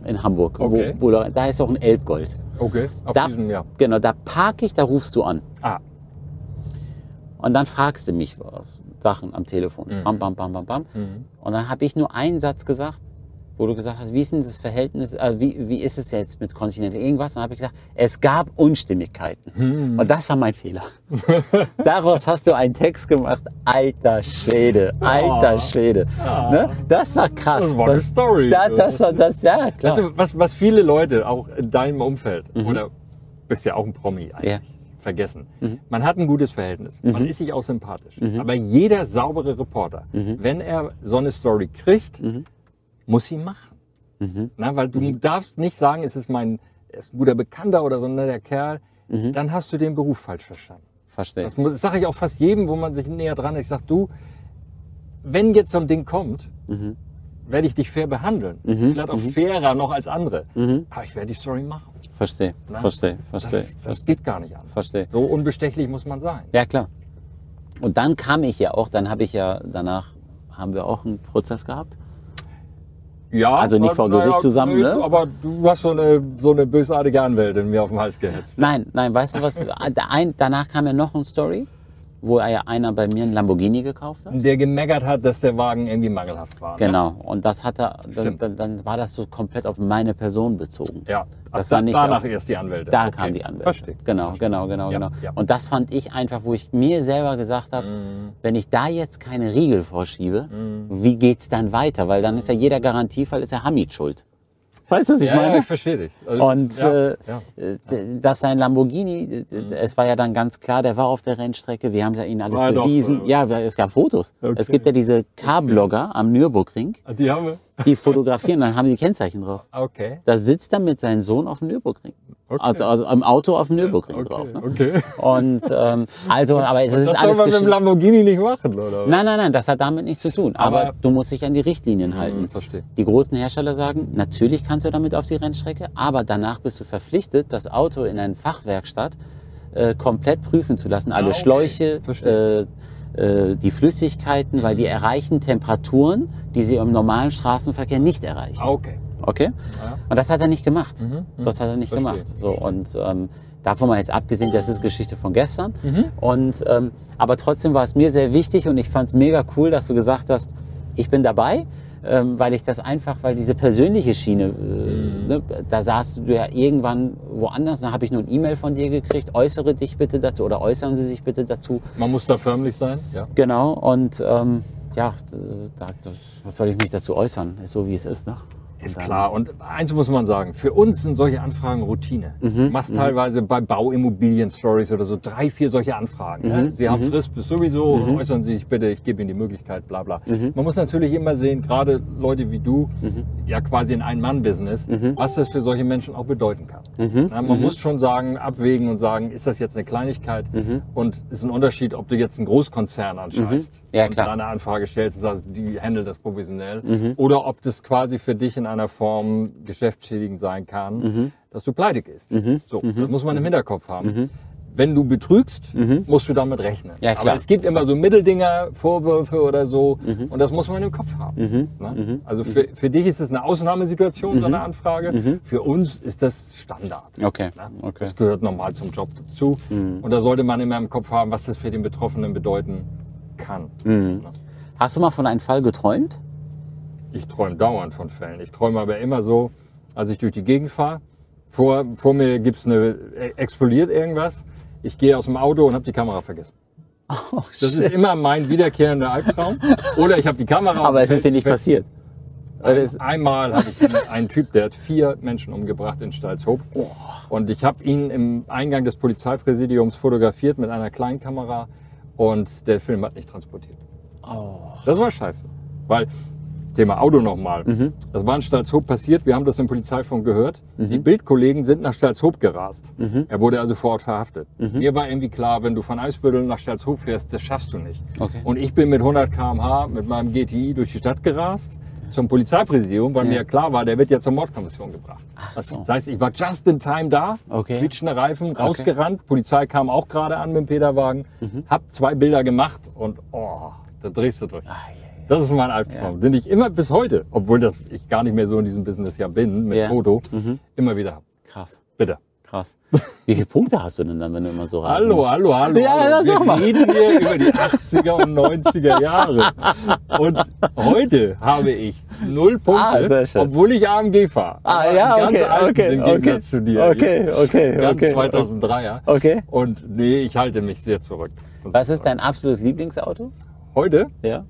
In Hamburg. Okay. Wo Bullerei, da ist auch ein Elbgold. Okay. Auf Da, diesem Jahr. Genau, da parke ich, da rufst du an. Ah, Und dann fragst du mich was- Sachen am Telefon. Mhm. Bam, bam, bam, bam, bam. Und dann habe ich nur einen Satz gesagt, wo du gesagt hast, wie ist denn das Verhältnis, äh, wie, wie ist es jetzt mit Continental irgendwas? Und dann habe ich gesagt, es gab Unstimmigkeiten. Mhm. Und das war mein Fehler. Daraus hast du einen Text gemacht, alter Schwede, alter Schwede. Ne? Das war krass. Ah. Das war eine das, Story. Da, das war das, ja klar. Weißt du, was, was viele Leute auch in deinem Umfeld, oder bist ja auch ein Promi eigentlich, Mhm. Ja. Mhm. vergessen. Man hat ein gutes Verhältnis, man ist sich auch sympathisch. Aber jeder saubere Reporter, Mhm. wenn er so eine Story kriegt, muss sie machen. Mhm. Na, weil du darfst nicht sagen, es ist mein er ist ein guter Bekannter oder so ein netter Kerl, Mhm. dann hast du den Beruf falsch verstanden. Verstehe. Das sage ich auch fast jedem, wo man sich näher dran ist. Ich sage, du, wenn jetzt so ein Ding kommt, Mhm. werde ich dich fair behandeln. Vielleicht auch fairer noch als andere. Aber ich werde die Story machen. verstehe, Ne? Mhm. verstehe, Das, verstehe, das geht gar nicht anders. verstehe. So unbestechlich muss man sein. Ja, klar. Und dann kam ich ja auch, dann habe ich ja danach, haben wir auch einen Prozess gehabt. Ja, Also nicht aber, vor na ja, Gericht zusammen, nö, ne? Aber du hast so eine, so eine bösartige Anwältin mir auf den Hals gehetzt. Nein, nein, weißt du was? Der ein, danach kam ja noch eine Story, wo ja einer bei mir einen Lamborghini gekauft hat. Der gemeckert hat, dass der Wagen irgendwie mangelhaft war. Ne? Genau. Und das hat er, dann, Stimmt. dann, dann war das so komplett auf meine Person bezogen. Ja, Das Ach, war nicht danach auf- erst die Anwälte. Da Okay. kamen die Anwälte. Verstehe. Genau, genau, genau, Ja, genau. ja. Mhm. Und das fand ich einfach, wo ich mir selber gesagt habe, wenn ich da jetzt keine Riegel vorschiebe, wie geht's dann weiter? Weil dann ist ja jeder Garantiefall ist ja Hamid schuld. Weißt du, was ich Ja, meine? ja, ich verstehe dich. Also, Und ja, äh, ja. Mhm. äh, dass sein Lamborghini, äh, es war ja dann ganz klar, der war auf der Rennstrecke, wir haben ja ihn alles War er doch, bewiesen. oder? ja, weil es gab Fotos. Okay. Es gibt ja diese Car-Blogger am Nürburgring, Die haben wir. die fotografieren, dann haben die Kennzeichen drauf. Okay. Da sitzt er mit seinem Sohn auf dem Nürburgring. Also, also am Auto auf dem Nürburgring okay, drauf. Ne? okay. Und ähm, also, aber es ist Das soll alles man mit dem geschehen. Lamborghini nicht machen, oder? was? Nein, nein, nein, das hat damit nichts zu tun. Aber, Aber- du musst dich an die Richtlinien halten. Hm, verstehe. Die großen Hersteller sagen, natürlich kannst du damit auf die Rennstrecke, aber danach bist du verpflichtet, das Auto in einer Fachwerkstatt äh, komplett prüfen zu lassen. Alle Ah, okay. Schläuche, Verstehe. Mhm. äh, äh, die Flüssigkeiten, weil die erreichen Temperaturen, die sie im normalen Straßenverkehr nicht erreichen. Okay. Okay? Und das hat er nicht gemacht. Das hat er nicht Verstehe, gemacht. So, und ähm, davon mal jetzt abgesehen, das ist Geschichte von gestern. Und, ähm, aber trotzdem war es mir sehr wichtig und ich fand es mega cool, dass du gesagt hast, ich bin dabei, ähm, weil ich das einfach, weil diese persönliche Schiene, äh, ne, da saßt du ja irgendwann woanders, da habe ich nur ein E-Mail von dir gekriegt, äußere dich bitte dazu oder äußern Sie sich bitte dazu. Man muss da förmlich sein. Ja. Genau, und ähm, ja, da, was soll ich mich dazu äußern? Ist so, wie es ist. Ne? Ist Und dann- klar. Und eins muss man sagen, für uns sind solche Anfragen Routine. Du machst teilweise bei Bauimmobilien-Stories oder so drei, vier solche Anfragen. Ne? Sie haben Frist bis sowieso, äußern Sie sich bitte, ich gebe Ihnen die Möglichkeit, bla bla. Man muss natürlich immer sehen, gerade Leute wie du, ja quasi in Ein-Mann-Business, was das für solche Menschen auch bedeuten kann. Na, man muss schon sagen, abwägen und sagen, ist das jetzt eine Kleinigkeit und ist ein Unterschied, ob du jetzt einen Großkonzern anschreist Ja, und klar. da eine Anfrage stellst und sagst, die handelt das professionell Mhm. oder ob das quasi für dich in einer Form geschäftsschädigend sein kann, Mhm. dass du pleite gehst. So, das muss man im Hinterkopf haben. Wenn du betrügst, musst du damit rechnen. Mhm. Ja, klar. Mhm. Aber es gibt immer so Mitteldinger, Vorwürfe oder so und das muss man im Kopf haben. Ne? Also für, für dich ist es eine Ausnahmesituation, so Mhm. eine Anfrage. Für uns ist das Standard. Okay, Ne? okay. Mhm. Das gehört normal zum Job dazu. Und da sollte man immer im Kopf haben, was das für den Betroffenen bedeuten kann. Mhm. Ne? Hast du mal von einem Fall geträumt? Ich träume dauernd von Fällen. Ich träume aber immer so, als ich durch die Gegend fahre. Vor, vor mir gibt's eine, äh, explodiert irgendwas. Ich gehe aus dem Auto und habe die Kamera vergessen. Oh, das ist immer mein wiederkehrender Albtraum. Oder ich habe die Kamera. Aber es ist dir nicht passiert. Oder es- Einmal hatte ich einen, einen Typ, der hat vier Menschen umgebracht in Stalzhoop. Und ich habe ihn im Eingang des Polizeipräsidiums fotografiert mit einer kleinen Kamera und der Film hat nicht transportiert. Das war scheiße. Weil, Thema Auto nochmal. Mhm. Das war in Stalzhoop passiert, wir haben das im Polizeifunk gehört. Die Bildkollegen sind nach Stalzhoop gerast. Mhm. Er wurde also vor Ort verhaftet. Mir war irgendwie klar, wenn du von Eisbüttel nach Stalzhoop fährst, das schaffst du nicht. Okay. Und ich bin mit 100 km/h mit meinem GTI durch die Stadt gerast zum Polizeipräsidium, weil mir klar war, der wird ja zur Mordkommission gebracht. so. Das heißt, ich war just in time da, Okay. quietschende Reifen, rausgerannt, Polizei kam auch gerade an mit dem Peterwagen, Mhm. hab zwei Bilder gemacht und oh, da drehst du durch. Das ist mein Albtraum, den ich immer bis heute, obwohl das ich gar nicht mehr so in diesem Business ja bin, mit Ja. Mhm. Foto, immer wieder hab. Krass, Bitte. krass. Wie viele Punkte hast du denn dann, wenn du immer so rasen Hallo, musst? hallo, hallo. Ja, hallo. das sag mal. Wir reden hier über die 80er und 90er Jahre. Und heute habe ich null Punkte, Ah, sehr schön. obwohl ich AMG fahre. Ah, ja, Einen ganz okay, alten okay, im okay. Gegensatz zu dir. Okay, okay, Ganz okay. 2003er. Okay. Und nee, ich halte mich sehr zurück. muss Was ich ist sagen. dein absolutes Lieblingsauto? Heute? Ja.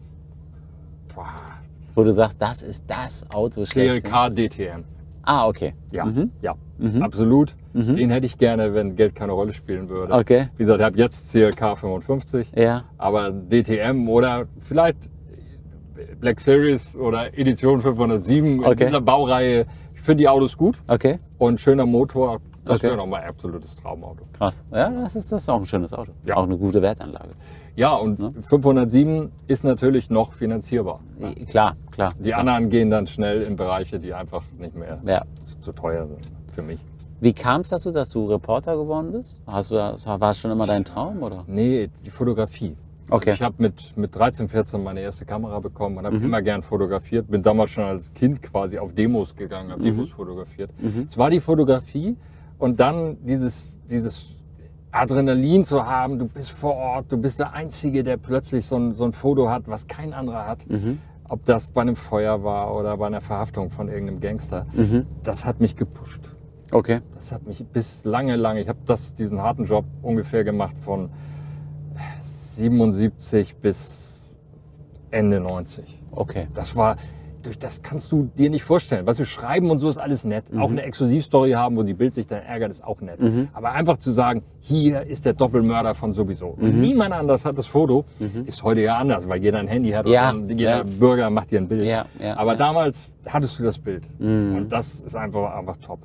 Boah, Wo du sagst, das ist das Auto schlecht. CLK DTM. Ah, okay. Ja, ja, Mhm. absolut. Den hätte ich gerne, wenn Geld keine Rolle spielen würde. Okay. Wie gesagt, ich habe jetzt CLK 55. Ja. Aber DTM oder vielleicht Black Series oder Edition 507 Okay. in dieser Baureihe. Ich finde die Autos gut Okay, und schöner Motor. Das Okay. wäre nochmal ein absolutes Traumauto. krass. Ja, das ist, das ist auch ein schönes Auto. Ja. Auch eine gute Wertanlage. Ja, und 507 ist natürlich noch finanzierbar. Klar, klar. Die anderen gehen dann schnell in Bereiche, die einfach nicht mehr Ja. zu teuer sind für mich. Wie kam es dazu, dass du Reporter geworden bist? Hast du, da- war es schon immer dein Traum oder? Nee, die Fotografie. Okay. Ich habe mit, mit 13, 14 meine erste Kamera bekommen und habe immer gern fotografiert. Bin damals schon als Kind quasi auf Demos gegangen, habe Demos fotografiert. Es war die Fotografie und dann dieses, dieses Adrenalin zu haben, du bist vor Ort, du bist der Einzige, der plötzlich so ein, so ein Foto hat, was kein anderer hat. Ob das bei einem Feuer war oder bei einer Verhaftung von irgendeinem Gangster, das hat mich gepusht. Okay. Das hat mich bis lange, lange, ich habe das, diesen harten Job ungefähr gemacht von 77 bis Ende 90. Okay. Das war, durch das kannst du dir nicht vorstellen. Was wir schreiben und so ist alles nett. Auch Mhm. eine Exklusivstory haben, wo die Bild sich dann ärgert, ist auch nett. Aber einfach zu sagen, hier ist der Doppelmörder von sowieso. Mhm. Und Niemand anders hat das Foto. Ist heute ja anders, weil jeder ein Handy hat Ja, und jeder ja. Bürger macht dir ein Bild. Ja, ja, Aber ja. Mhm. damals hattest du das Bild. Und das ist einfach, einfach top.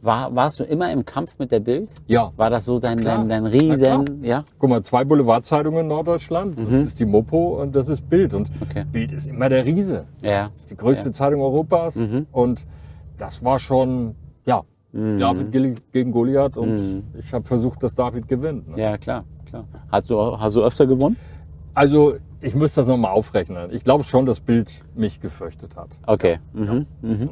War, warst du immer im Kampf mit der Bild? Ja. War das so dein, Klar. dein, dein Na Riesen? klar. Ja. Guck mal, zwei Boulevardzeitungen in Norddeutschland. Das ist die Mopo und das ist Bild. Und Mhm. Okay. Bild ist immer der Riese. Ja. Mhm. Das ist die größte Zeitung Europas. Und das war schon, ja, David Gil- gegen Goliath. Und ich habe versucht, dass David gewinnt. Ne? Mhm. Ja, klar, klar. Hast du, hast du öfter gewonnen? Also, ich müsste das nochmal aufrechnen. Ich glaube schon, dass Bild mich gefürchtet hat. Okay. Mhm. Mhm.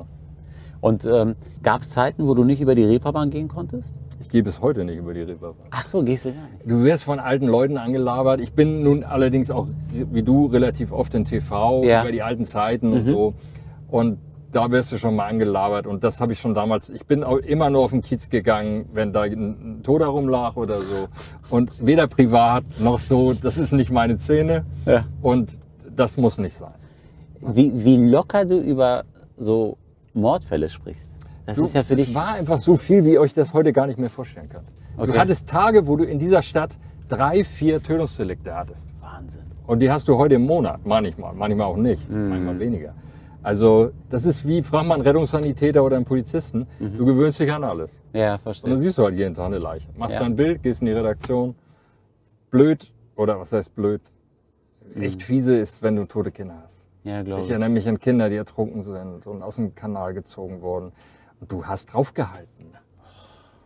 Und ähm, gab es Zeiten, wo du nicht über die Reeperbahn gehen konntest? Ich gehe bis heute nicht über die Reeperbahn. Ach so, gehst du gar nicht. Du wirst von alten Leuten angelabert. Ich bin nun allerdings auch, wie du, relativ oft in TV Ja. Mhm. über die alten Zeiten und so. Und da wirst du schon mal angelabert. Und das habe ich schon damals. Ich bin auch immer nur auf den Kiez gegangen, wenn da ein ein Toter rumlag oder so. Und weder privat noch so. Das ist nicht meine Szene. Ja. Und das muss nicht sein. Wie, wie locker du über so Mordfälle sprichst. Das ist ja für es dich. war einfach so viel, wie ihr euch das heute gar nicht mehr vorstellen könnt. Okay. Du hattest Tage, wo du in dieser Stadt drei, vier Tötungsdelikte hattest. Wahnsinn. Und die hast du heute im Monat, manchmal, manchmal auch nicht, Mhm. manchmal weniger. Also das ist wie, frag mal einen Rettungssanitäter oder einen Polizisten, du gewöhnst dich an alles. Mhm. Ja, Und dann verstehe. siehst du halt jeden Tag eine Leiche. Machst Ja. dein Bild, gehst in die Redaktion. Blöd, oder was heißt blöd? Mhm. Echt fiese ist, wenn du tote Kinder hast. Ja, glaube Ich ich. erinnere mich an Kinder, die ertrunken sind und aus dem Kanal gezogen wurden. Und du hast draufgehalten.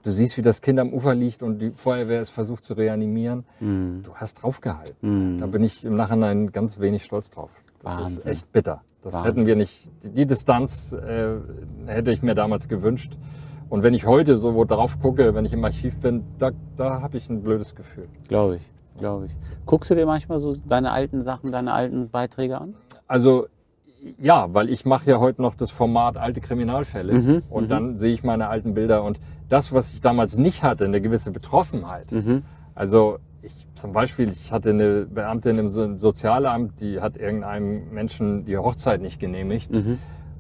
Du siehst, wie das Kind am Ufer liegt und die Feuerwehr es versucht zu reanimieren. Mhm. Du hast draufgehalten. Da bin ich im Nachhinein ganz wenig stolz drauf. Das ist Wahnsinn. echt bitter. Das hätten wir nicht. Die Distanz äh, hätte ich mir damals gewünscht. Und wenn ich heute so wo drauf gucke, wenn ich im Archiv bin, da, da habe ich ein blödes Gefühl. Glaube ich. Glaube ich. Guckst du dir manchmal so deine alten Sachen, deine alten Beiträge an? Also ja, weil ich mache ja heute noch das Format alte Kriminalfälle und dann sehe ich meine alten Bilder und das, was ich damals nicht hatte, eine gewisse Betroffenheit. Also ich zum Beispiel, ich hatte eine Beamtin im So- Sozialamt, die hat irgendeinem Menschen die Hochzeit nicht genehmigt.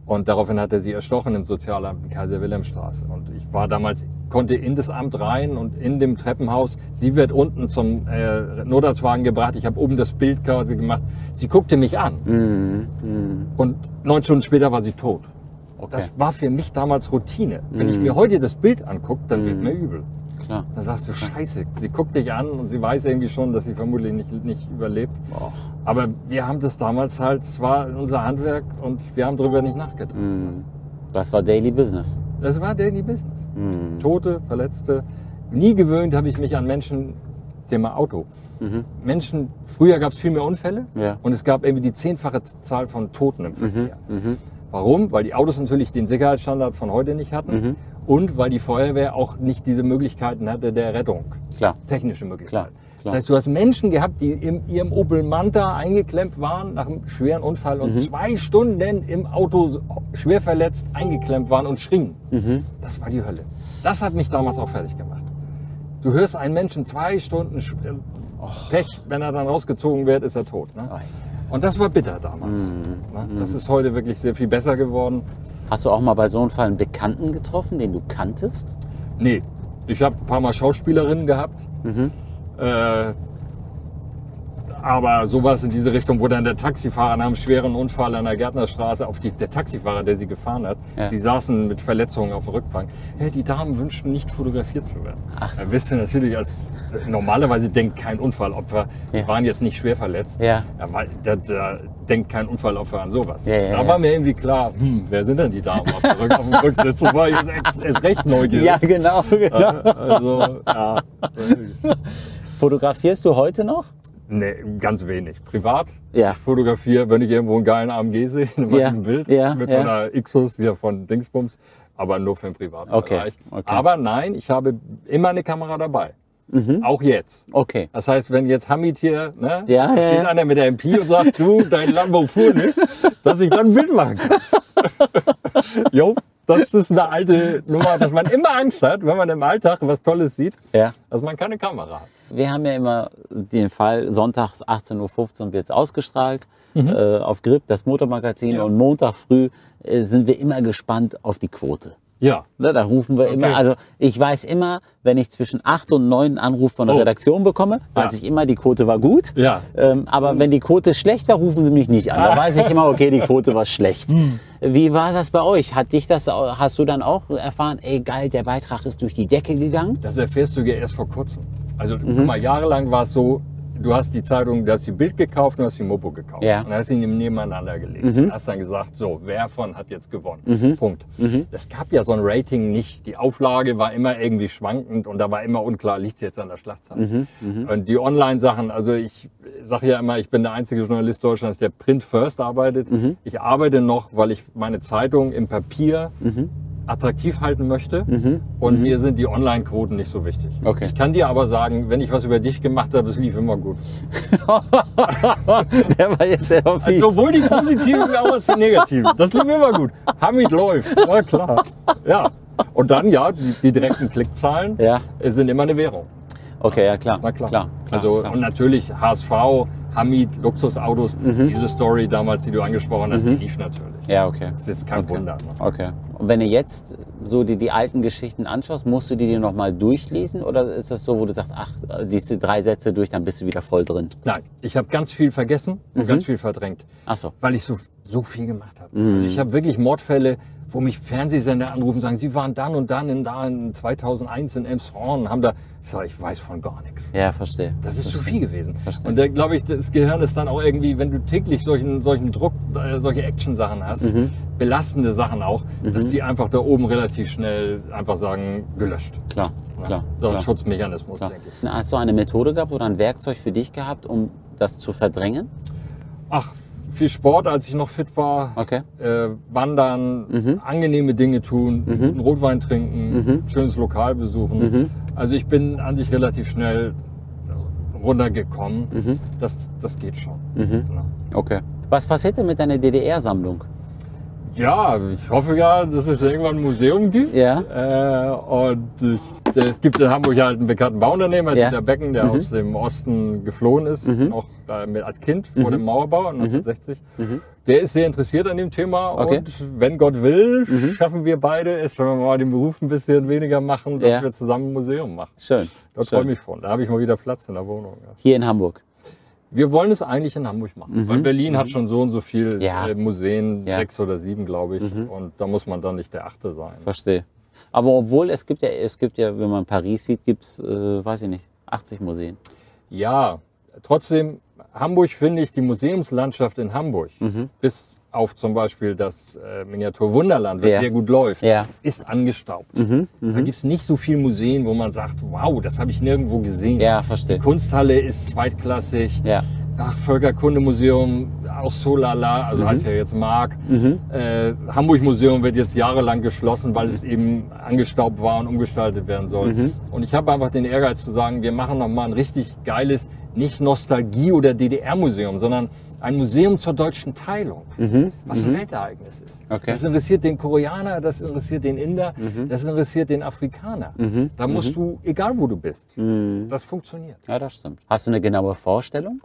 Und daraufhin hat er sie erstochen im Sozialamt in Kaiser-Wilhelm-Straße. Und ich war damals, konnte in das Amt rein und in dem Treppenhaus. Sie wird unten zum äh, Notarztwagen gebracht. Ich habe oben das Bild quasi gemacht. Sie guckte mich an. Und neun Stunden später war sie tot. Das war für mich damals Routine. Wenn ich mir heute das Bild angucke, dann wird mir übel. Klar. Dann sagst du, scheiße, sie guckt dich an und sie weiß irgendwie schon, dass sie vermutlich nicht, nicht überlebt. Aber wir haben das damals halt, es war unser Handwerk und wir haben darüber nicht nachgedacht. Das war Daily Business. Das war Daily Business. Mhm. Tote, Verletzte. Nie gewöhnt habe ich mich an Menschen, Thema Auto. Menschen, früher gab es viel mehr Unfälle Mhm. Ja. Mhm. und es gab irgendwie die zehnfache Zahl von Toten im Verkehr. Warum? Weil die Autos natürlich den Sicherheitsstandard von heute nicht hatten Mhm. und weil die Feuerwehr auch nicht diese Möglichkeiten hatte der Rettung Klar. technische Möglichkeiten. Klar, Das klar. heißt, du hast Menschen gehabt, die in ihrem Opel Manta eingeklemmt waren nach einem schweren Unfall Mhm. und zwei Stunden im Auto schwer verletzt eingeklemmt waren und schrien. Mhm. Das war die Hölle. Das hat mich damals auch fertig gemacht. Du hörst einen Menschen zwei Stunden sch- äh, Pech, wenn er dann rausgezogen wird, ist er tot. Ne? Und das war bitter damals. Mhm. Ne? Das ist heute wirklich sehr viel besser geworden. Hast du auch mal bei so einem Fall einen Bekannten getroffen, den du kanntest? Nee, Mhm. ich habe ein paar Mal Schauspielerinnen gehabt. Äh, Aber sowas in diese Richtung, wo dann der Taxifahrer nach einem schweren Unfall an der Gärtnerstraße, auf die, der Taxifahrer, der sie gefahren hat, Ja. sie saßen mit Verletzungen auf der Rückbank. Hey, die Damen wünschten nicht fotografiert zu werden. Ach so. Da bist du natürlich als, normalerweise denkt kein Unfallopfer, Ja. die waren jetzt nicht schwer verletzt. Ja. weil, da, da denkt kein Unfallopfer an sowas. Ja, ja, da ja. war mir irgendwie klar, hm, wer sind denn die Damen auf, der Rück, auf dem Rücksitz? Da war ich erst, erst recht neugierig. Ja, genau. genau. Also, ja. Fotografierst du heute noch? Nee, ganz wenig. Privat. Ja. Ich fotografiere, wenn ich irgendwo einen geilen AMG sehe, dann mache ich Ja, ein Bild ja, mit ja. so einer Xus hier von Dingsbums, aber nur für den privaten Okay, Bereich. okay. Aber nein, ich habe immer eine Kamera dabei. Mhm. Auch jetzt. Okay. Das heißt, wenn jetzt Hamid hier, ne, Ja, da ja, steht ja. einer mit der MP und sagt, du, dein Lambo fuhr nicht, dass ich dann ein Bild machen kann. jo, das ist eine alte Nummer, dass man immer Angst hat, wenn man im Alltag was Tolles sieht, Ja. dass man keine Kamera hat. Wir haben ja immer den Fall, sonntags 18.15 Uhr wird es ausgestrahlt äh, auf Grip, das Motormagazin. Und Montag früh äh, sind wir immer gespannt auf die Quote. Ja. Ne, da rufen wir immer, also ich weiß immer, wenn ich zwischen 8 und 9 einen Anruf von der Oh. Redaktion bekomme, weiß Ja. ich immer, die Quote war gut. Ja. Ähm, aber wenn die Quote schlecht war, rufen sie mich nicht an. Da weiß ich immer, okay, die Quote war schlecht. Wie war das bei euch? Hat dich das, au- hast du dann auch erfahren, ey geil, der Beitrag ist durch die Decke gegangen? Das erfährst du ja erst vor kurzem. Also guck mal, jahrelang war es so, du hast die Zeitung, du hast die Bild gekauft, du hast die Mopo gekauft. Ja. Und hast sie nebeneinander gelegt. Und hast dann gesagt, so, wer von hat jetzt gewonnen? Punkt. Es gab ja so ein Rating nicht. Die Auflage war immer irgendwie schwankend und da war immer unklar, liegt es jetzt an der Schlachtzahl. Und die Online-Sachen, also ich sage ja immer, ich bin der einzige Journalist Deutschlands, der Print First arbeitet. Ich arbeite noch, weil ich meine Zeitung im Papier attraktiv halten möchte und mir sind die Online-Quoten nicht so wichtig. Okay. Ich kann dir aber sagen, wenn ich was über dich gemacht habe, es lief immer gut. der war jetzt sehr fies. Also Sowohl die positiven als auch die negativen. Das lief immer gut. Hamid läuft, war klar. Ja. Und dann, ja, die, die direkten Klickzahlen Ja. äh, sind immer eine Währung. Okay, ja klar. Na klar. klar, klar also, klar. Und natürlich HSV, Hamid, Luxusautos, diese Story damals, die du angesprochen hast, die lief natürlich. Mhm. ja, okay. Das ist jetzt kein Wunder. Ne? Okay. Und wenn du jetzt so die, die alten Geschichten anschaust, musst du die dir nochmal durchlesen? Oder ist das so, wo du sagst, ach, liest du drei Sätze durch, dann bist du wieder voll drin? Nein, ich habe ganz viel vergessen und ganz viel verdrängt. Mhm. Ach so. Mhm. Weil ich so, so viel gemacht habe. Also ich habe wirklich Mordfälle, wo mich Fernsehsender anrufen und sagen, sie waren dann und dann in, da in 2001 in Elmshorn und haben da. Ich sage, ich weiß von gar nichts. Ja, verstehe. Das ist zu viel gewesen. Verstehe. Und da glaube ich, das Gehirn ist dann auch irgendwie, wenn du täglich solchen, solchen Druck, äh, solche Action-Sachen hast, Mhm. belastende Sachen auch, dass die einfach da oben relativ schnell einfach sagen, gelöscht. Klar, Ja. klar. So ein klar, Schutzmechanismus, klar. denke ich. Hast du eine Methode gehabt oder ein Werkzeug für dich gehabt, um das zu verdrängen? Ach, viel Sport, als ich noch fit war. Okay. Mhm. Äh, wandern, angenehme Dinge tun, guten Rotwein trinken, schönes Lokal besuchen. Mhm. Also ich bin an sich relativ schnell runtergekommen. Mhm. Das, das geht schon. Ja. Okay. Was passierte mit deiner DDR-Sammlung? Ja, ich hoffe ja, dass es irgendwann ein Museum gibt. Äh, und ich, es gibt in Hamburg halt einen bekannten Bauunternehmer, Ja. Mhm. Dieter Becken, der aus dem Osten geflohen ist, noch äh, mit, als Kind Mhm. vor dem Mauerbau 1960. Der ist sehr interessiert an dem Thema Okay. Mhm. und wenn Gott will, schaffen wir beide es, wenn wir mal den Beruf ein bisschen weniger machen, dass Ja. wir zusammen ein Museum machen. Schön. Da schön. freue ich mich von. Da habe ich mal wieder Platz in der Wohnung. Ja. Hier in Hamburg. Wir wollen es eigentlich in Hamburg machen, weil Berlin hat schon so und so viel Mhm. Ja. äh, Museen, Ja. Mhm. sechs oder sieben, glaube ich. Und da muss man dann nicht der Achte sein. Verstehe. Aber obwohl, es gibt ja, es gibt ja, wenn man Paris sieht, gibt es, äh, weiß ich nicht, 80 Museen. Ja, trotzdem, Hamburg finde ich die Museumslandschaft in Hamburg, Mhm. bis auf zum Beispiel das äh, Miniatur Wunderland, was Ja. sehr gut läuft, Ja. Mhm. ist angestaubt. Da gibt es nicht so viele Museen, wo man sagt, wow, das habe ich nirgendwo gesehen. Ja, verstehe. Die Kunsthalle ist zweitklassig. Ja. Ach, Völkerkundemuseum, auch so lala, also heißt ja jetzt Mark. Äh, Hamburg Museum wird jetzt jahrelang geschlossen, weil es eben angestaubt war und umgestaltet werden soll. Und ich habe einfach den Ehrgeiz zu sagen, wir machen nochmal ein richtig geiles, nicht Nostalgie- oder DDR-Museum, sondern ein Museum zur deutschen Teilung, was ein Weltereignis ist. Okay. Das interessiert den Koreaner, das interessiert den Inder, das interessiert den Afrikaner. Da musst du, egal wo du bist, das funktioniert. Ja, das stimmt. Hast du eine genaue Vorstellung?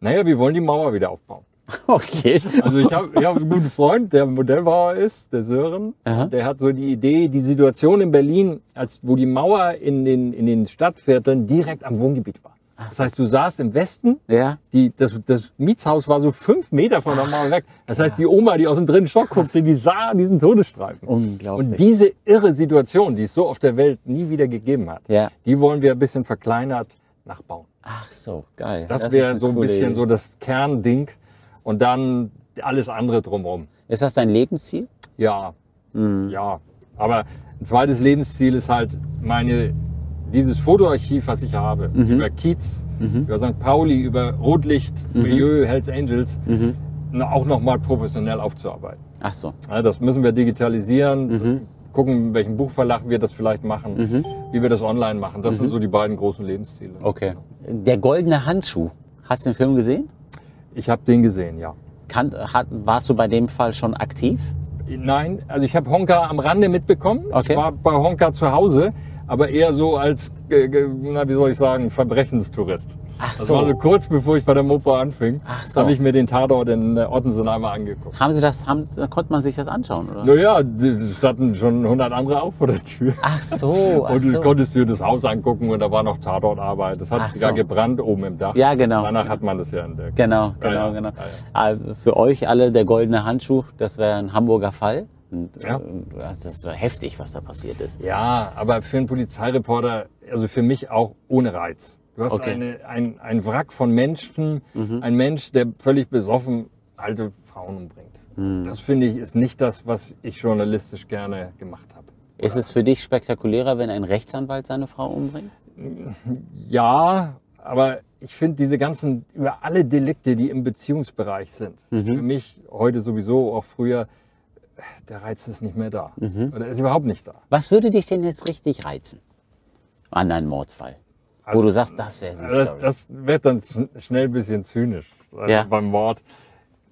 Naja, wir wollen die Mauer wieder aufbauen. Okay. Also ich habe ich hab einen guten Freund, der Modellbauer ist, der Sören. Aha. Der hat so die Idee, die Situation in Berlin, als wo die Mauer in den, in den Stadtvierteln direkt am Wohngebiet war. Das heißt, du saßt im Westen, Ja. die, das, das Mietshaus war so fünf Meter von der Mauer weg. Das heißt, die Oma, die aus dem dritten Stock guckte, die sah diesen Todesstreifen. Unglaublich. Und diese irre Situation, die es so auf der Welt nie wieder gegeben hat, Ja. die wollen wir ein bisschen verkleinert nachbauen. Ach so, geil. Das, ist wäre eine so ein coole bisschen Idee. so das Kernding und dann alles andere drumherum. Ist das dein Lebensziel? Ja, ja. Aber ein zweites Lebensziel ist halt meine, dieses Fotoarchiv, was ich habe, über Kiez, über St. Pauli, über Rotlicht, Milieu, Hells Angels, na, auch nochmal professionell aufzuarbeiten. Ach so. Ja, das müssen wir digitalisieren, gucken, welchen Buchverlag wir das vielleicht machen, wie wir das online machen. Das sind so die beiden großen Lebensziele. Okay. Der goldene Handschuh. Hast du den Film gesehen? Ich habe den gesehen, ja. Kan hat, warst du bei dem Fall schon aktiv? Nein, also ich habe Honka am Rande mitbekommen. Okay. Ich war bei Honka zu Hause, aber eher so als, äh, ge- na, wie soll ich sagen, Verbrechenstourist. Ach Das so. war so kurz bevor ich bei der Mopo anfing, Ach so. habe ich mir den Tatort in äh, Ottensen einmal angeguckt. Haben sie das, haben, konnte man sich das anschauen, oder? Naja, es standen schon 100 andere auch vor der Tür. Ach so, ach und du so. konntest dir das Haus angucken und da war noch Tatortarbeit. Das hat Ach sogar so. gebrannt oben im Dach. Ja, genau. Danach hat man das ja entdeckt. Genau, genau, ja, genau. ja, Äh, Für euch alle der goldene Handschuh, das wäre ein Hamburger Fall. Und, Ja. äh, also das war heftig, was da passiert ist. Ja, aber für einen Polizeireporter, also für mich auch ohne Reiz. Du hast Okay. eine, ein, ein Wrack von Menschen, ein Mensch, der völlig besoffen alte Frauen umbringt. Das finde ich ist nicht das, was ich journalistisch gerne gemacht habe. Ist es für dich spektakulärer, wenn ein Rechtsanwalt seine Frau umbringt? Ja, aber ich finde diese ganzen, über alle Delikte, die im Beziehungsbereich sind, für mich heute sowieso, auch früher, der Reiz ist nicht mehr da. Oder ist überhaupt nicht da. Was würde dich denn jetzt richtig reizen an einem Mordfall? Wo du sagst, das wäre die Also Story. Das, das wird dann schn- schnell ein bisschen zynisch äh, Ja. beim Wort.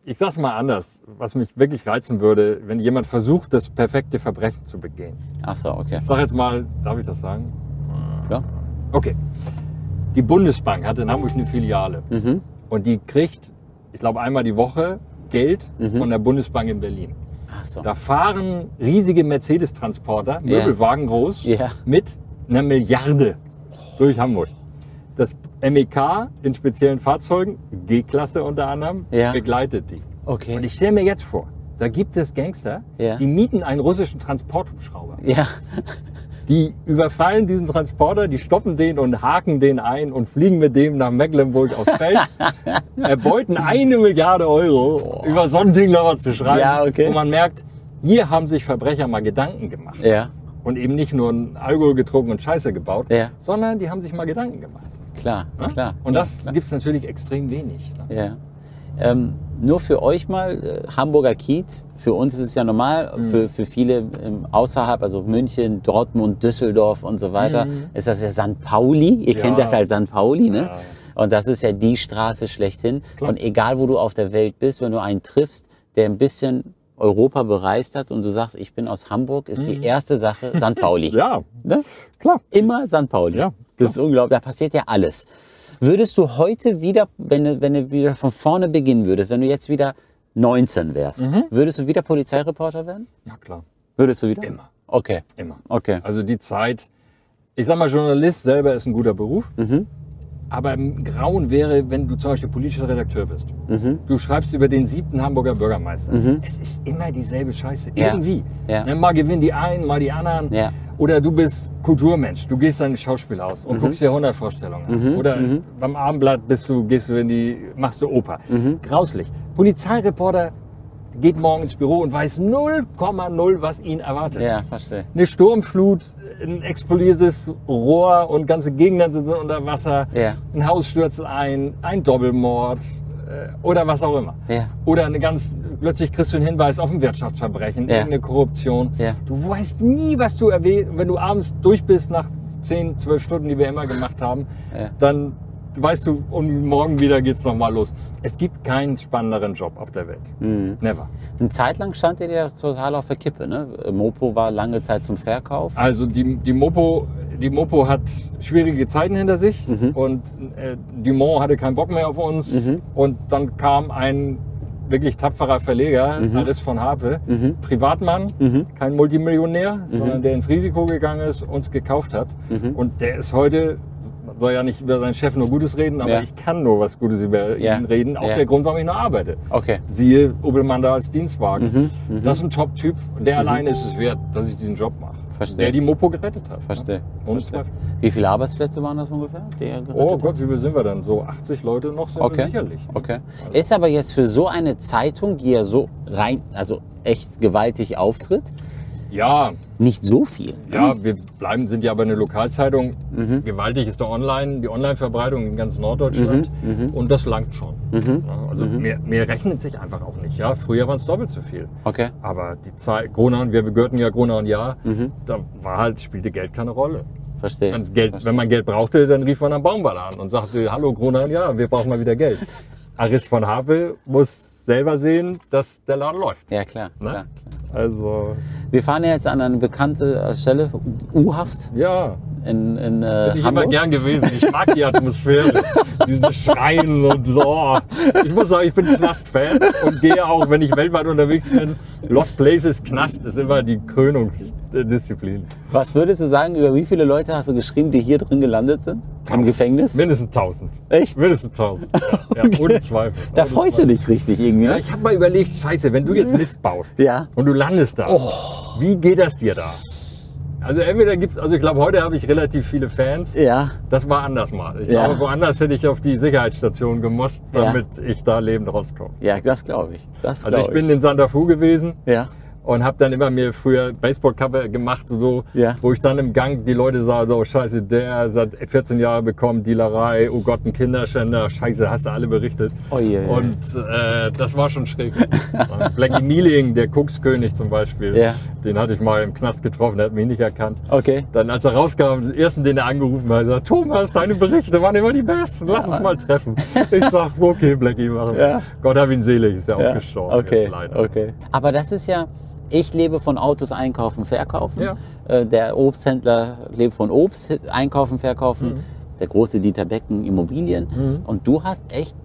Ich sag's mal anders, was mich wirklich reizen würde, wenn jemand versucht, das perfekte Verbrechen zu begehen. Ach so, okay. Ich sag jetzt mal, darf ich das sagen? Ja. Okay. Die Bundesbank hat in Hamburg eine Filiale Mhm. und die kriegt, ich glaube, einmal die Woche Geld von der Bundesbank in Berlin. Mhm. Ach so. Da fahren riesige Mercedes-Transporter, Ja. Möbelwagen groß, Ja. mit einer Milliarde durch Hamburg. Das MEK in speziellen Fahrzeugen, G-Klasse unter anderem, Ja. begleitet die. Und Okay. ich stelle mir jetzt vor, da gibt es Gangster, Ja. die mieten einen russischen Transporthubschrauber. Ja. Die überfallen diesen Transporter, die stoppen den und haken den ein und fliegen mit dem nach Mecklenburg aufs Feld, erbeuten eine Milliarde Euro, über so ein Ding noch was zu schreiben. Ja, okay. Und man merkt, hier haben sich Verbrecher mal Gedanken gemacht. Ja, Und eben nicht nur einen Alkohol getrunken und Scheiße gebaut, Ja. sondern die haben sich mal Gedanken gemacht. klar, ne? klar. Und das gibt es natürlich extrem wenig. Ne? Ja. Ähm, nur für euch mal, äh, Hamburger Kiez, für uns ist es ja normal, für, für viele ähm, außerhalb, also München, Dortmund, Düsseldorf und so weiter, ist das ja St. Pauli. Ihr Ja. kennt das als St. Pauli, ne? Ja. Und das ist ja die Straße schlechthin. Und egal, wo du auf der Welt bist, wenn du einen triffst, der ein bisschen Europa bereist hat und du sagst, ich bin aus Hamburg, ist die erste Sache St. Pauli. Ja, Ne? klar. Immer St. Pauli. Ja, das ist unglaublich. Da passiert ja alles. Würdest du heute wieder, wenn du, wenn du wieder von vorne beginnen würdest, wenn du jetzt wieder 19 wärst, Mhm. würdest du wieder Polizeireporter werden? Na klar, Würdest du wieder? Immer. Okay. immer. Okay. Also die Zeit, ich sag mal, Journalist selber ist ein guter Beruf. Mhm. Aber im Grauen wäre, wenn du zum Beispiel politischer Redakteur bist. Mhm. Du schreibst über den siebten Hamburger Bürgermeister. Es ist immer dieselbe Scheiße. Ja. Irgendwie. Ja. Ne, Mal gewinnen die einen, mal die anderen. Ja. Oder du bist Kulturmensch. Du gehst an ein Schauspielhaus Mhm. und guckst dir 100 Vorstellungen an. Oder beim Abendblatt bist du, gehst du in die, machst du Oper. Mhm. Grauslich. Polizeireporter geht morgen ins Büro und weiß 0,0, was ihn erwartet Ja, verstehe. eine Sturmflut, ein explodiertes Rohr und ganze Gegenden sind unter Wasser. Ja. Ein Haus stürzt ein, ein Doppelmord äh, oder was auch immer. Ja. Oder eine ganz plötzlich kriegst du einen Hinweis auf ein Wirtschaftsverbrechen, Ja. irgendeine Korruption. Ja. Du weißt nie, was du erwähnt, wenn du abends durch bist nach 10, 12 Stunden, die wir immer gemacht haben, Ja. dann weißt du, und morgen wieder geht's nochmal los. Es gibt keinen spannenderen Job auf der Welt. Mhm. Never. Eine Zeit lang stand ihr ja total auf der Kippe. Ne? Mopo war lange Zeit zum Verkauf. Also die, die, Mopo, die Mopo hat schwierige Zeiten hinter sich Mhm. und äh, Dumont hatte keinen Bock mehr auf uns. Und dann kam ein wirklich tapferer Verleger, Mhm. Aris von Hape, Privatmann, kein Mhm. Multimillionär, sondern der ins Risiko gegangen ist, uns gekauft hat. Und der ist heute soll ja nicht über seinen Chef nur Gutes reden, aber Ja. ich kann nur was Gutes über Ja. ihn reden. Auch Ja. der Grund, warum ich noch arbeite. Okay. Siehe Obelmann da als Mhm, Dienstwagen. Das ist ein Top-Typ. Der alleine ist es wert, dass ich diesen Job mache. Verstehe. Der die Mopo gerettet hat. ne? Verstehe. Und verstehe. Wie viele Arbeitsplätze waren das ungefähr? die ihr gerettet Oh habt? Gott, wie viel sind wir denn? So 80 Leute noch sind wir Okay. Also sicherlich. ne? okay. Ist aber jetzt für so eine Zeitung, die ja so rein, also echt gewaltig auftritt, Ja, nicht so viel. ja, wir bleiben, sind ja aber eine Lokalzeitung. Mhm. Gewaltig ist der Online, die Online-Verbreitung in ganz Norddeutschland. Mhm, Und das langt schon. Ja, Also Mehr, mehr rechnet sich einfach auch nicht. Ja, früher waren es doppelt so viel. Okay. Aber die Zahl, Gronau, wir gehörten ja Gronau und Ja, Mhm. da war halt, spielte Geld keine Rolle. Verstehe. Wenn's Geld, wenn man Geld brauchte, dann rief man am Baumwall an und sagte, hallo Gronau und Ja, wir brauchen mal wieder Geld. Aris von Havel muss selber sehen, dass der Laden läuft. Ja, klar. Ne? klar. Also, Wir fahren ja jetzt an eine bekannte äh, Stelle, U-Haft ja, in, in äh, bin ich immer Hamburg. gern gewesen. Ich mag die Atmosphäre, dieses Schreien und so. Oh, Ich muss sagen, ich bin Knast-Fan und gehe auch, wenn ich weltweit unterwegs bin, Lost Places, Knast ist immer die Krönungsdisziplin. Was würdest du sagen, über wie viele Leute hast du geschrieben, die hier drin gelandet sind? Im Gefängnis? Mindestens 1000. Echt? Mindestens 1000. Ja, ja, ohne Zweifel. Da ohne freust du dich richtig irgendwie, Ja, ne? ich habe mal überlegt, scheiße, wenn du jetzt Mist baust Ja. Oh. und du landest da, wie geht das dir da? Also entweder gibt's, also ich glaube, heute habe ich relativ viele Fans. Ja. Das war anders mal. Ich Ja. glaube, woanders hätte ich auf die Sicherheitsstation gemusst, Ja. damit ich da lebend rauskomme. Ja, das glaube ich. Das Also ich glaub bin in Santa Fu gewesen Ja. und habe dann immer mir früher Baseballkappe gemacht, so, Ja. wo ich dann im Gang die Leute sah, so scheiße, der seit 14 Jahren bekommen Dealerei, oh Gott, ein Kinderschänder, scheiße, hast du alle berichtet. Oh je. Und äh, das war schon schräg. Blackie Mealing, der Kokskönig zum Beispiel, Ja. den hatte ich mal im Knast getroffen, der hat mich nicht erkannt. Okay. Dann, als er rauskam, den ersten, den er angerufen hat, sagt, Thomas, deine Berichte waren immer die besten, lass uns mal treffen. Ich sag, okay, Blackie, machen wir. Ja. Gott hab ihn selig, ist ja, Ja. auch gestorben. Okay. jetzt leider. Okay. Aber das ist ja. Ich lebe von Autos einkaufen, verkaufen. Ja. Äh, Der Obsthändler lebt von Obst einkaufen, verkaufen. Mhm. Der große Dieter Becken Immobilien. Und du hast echt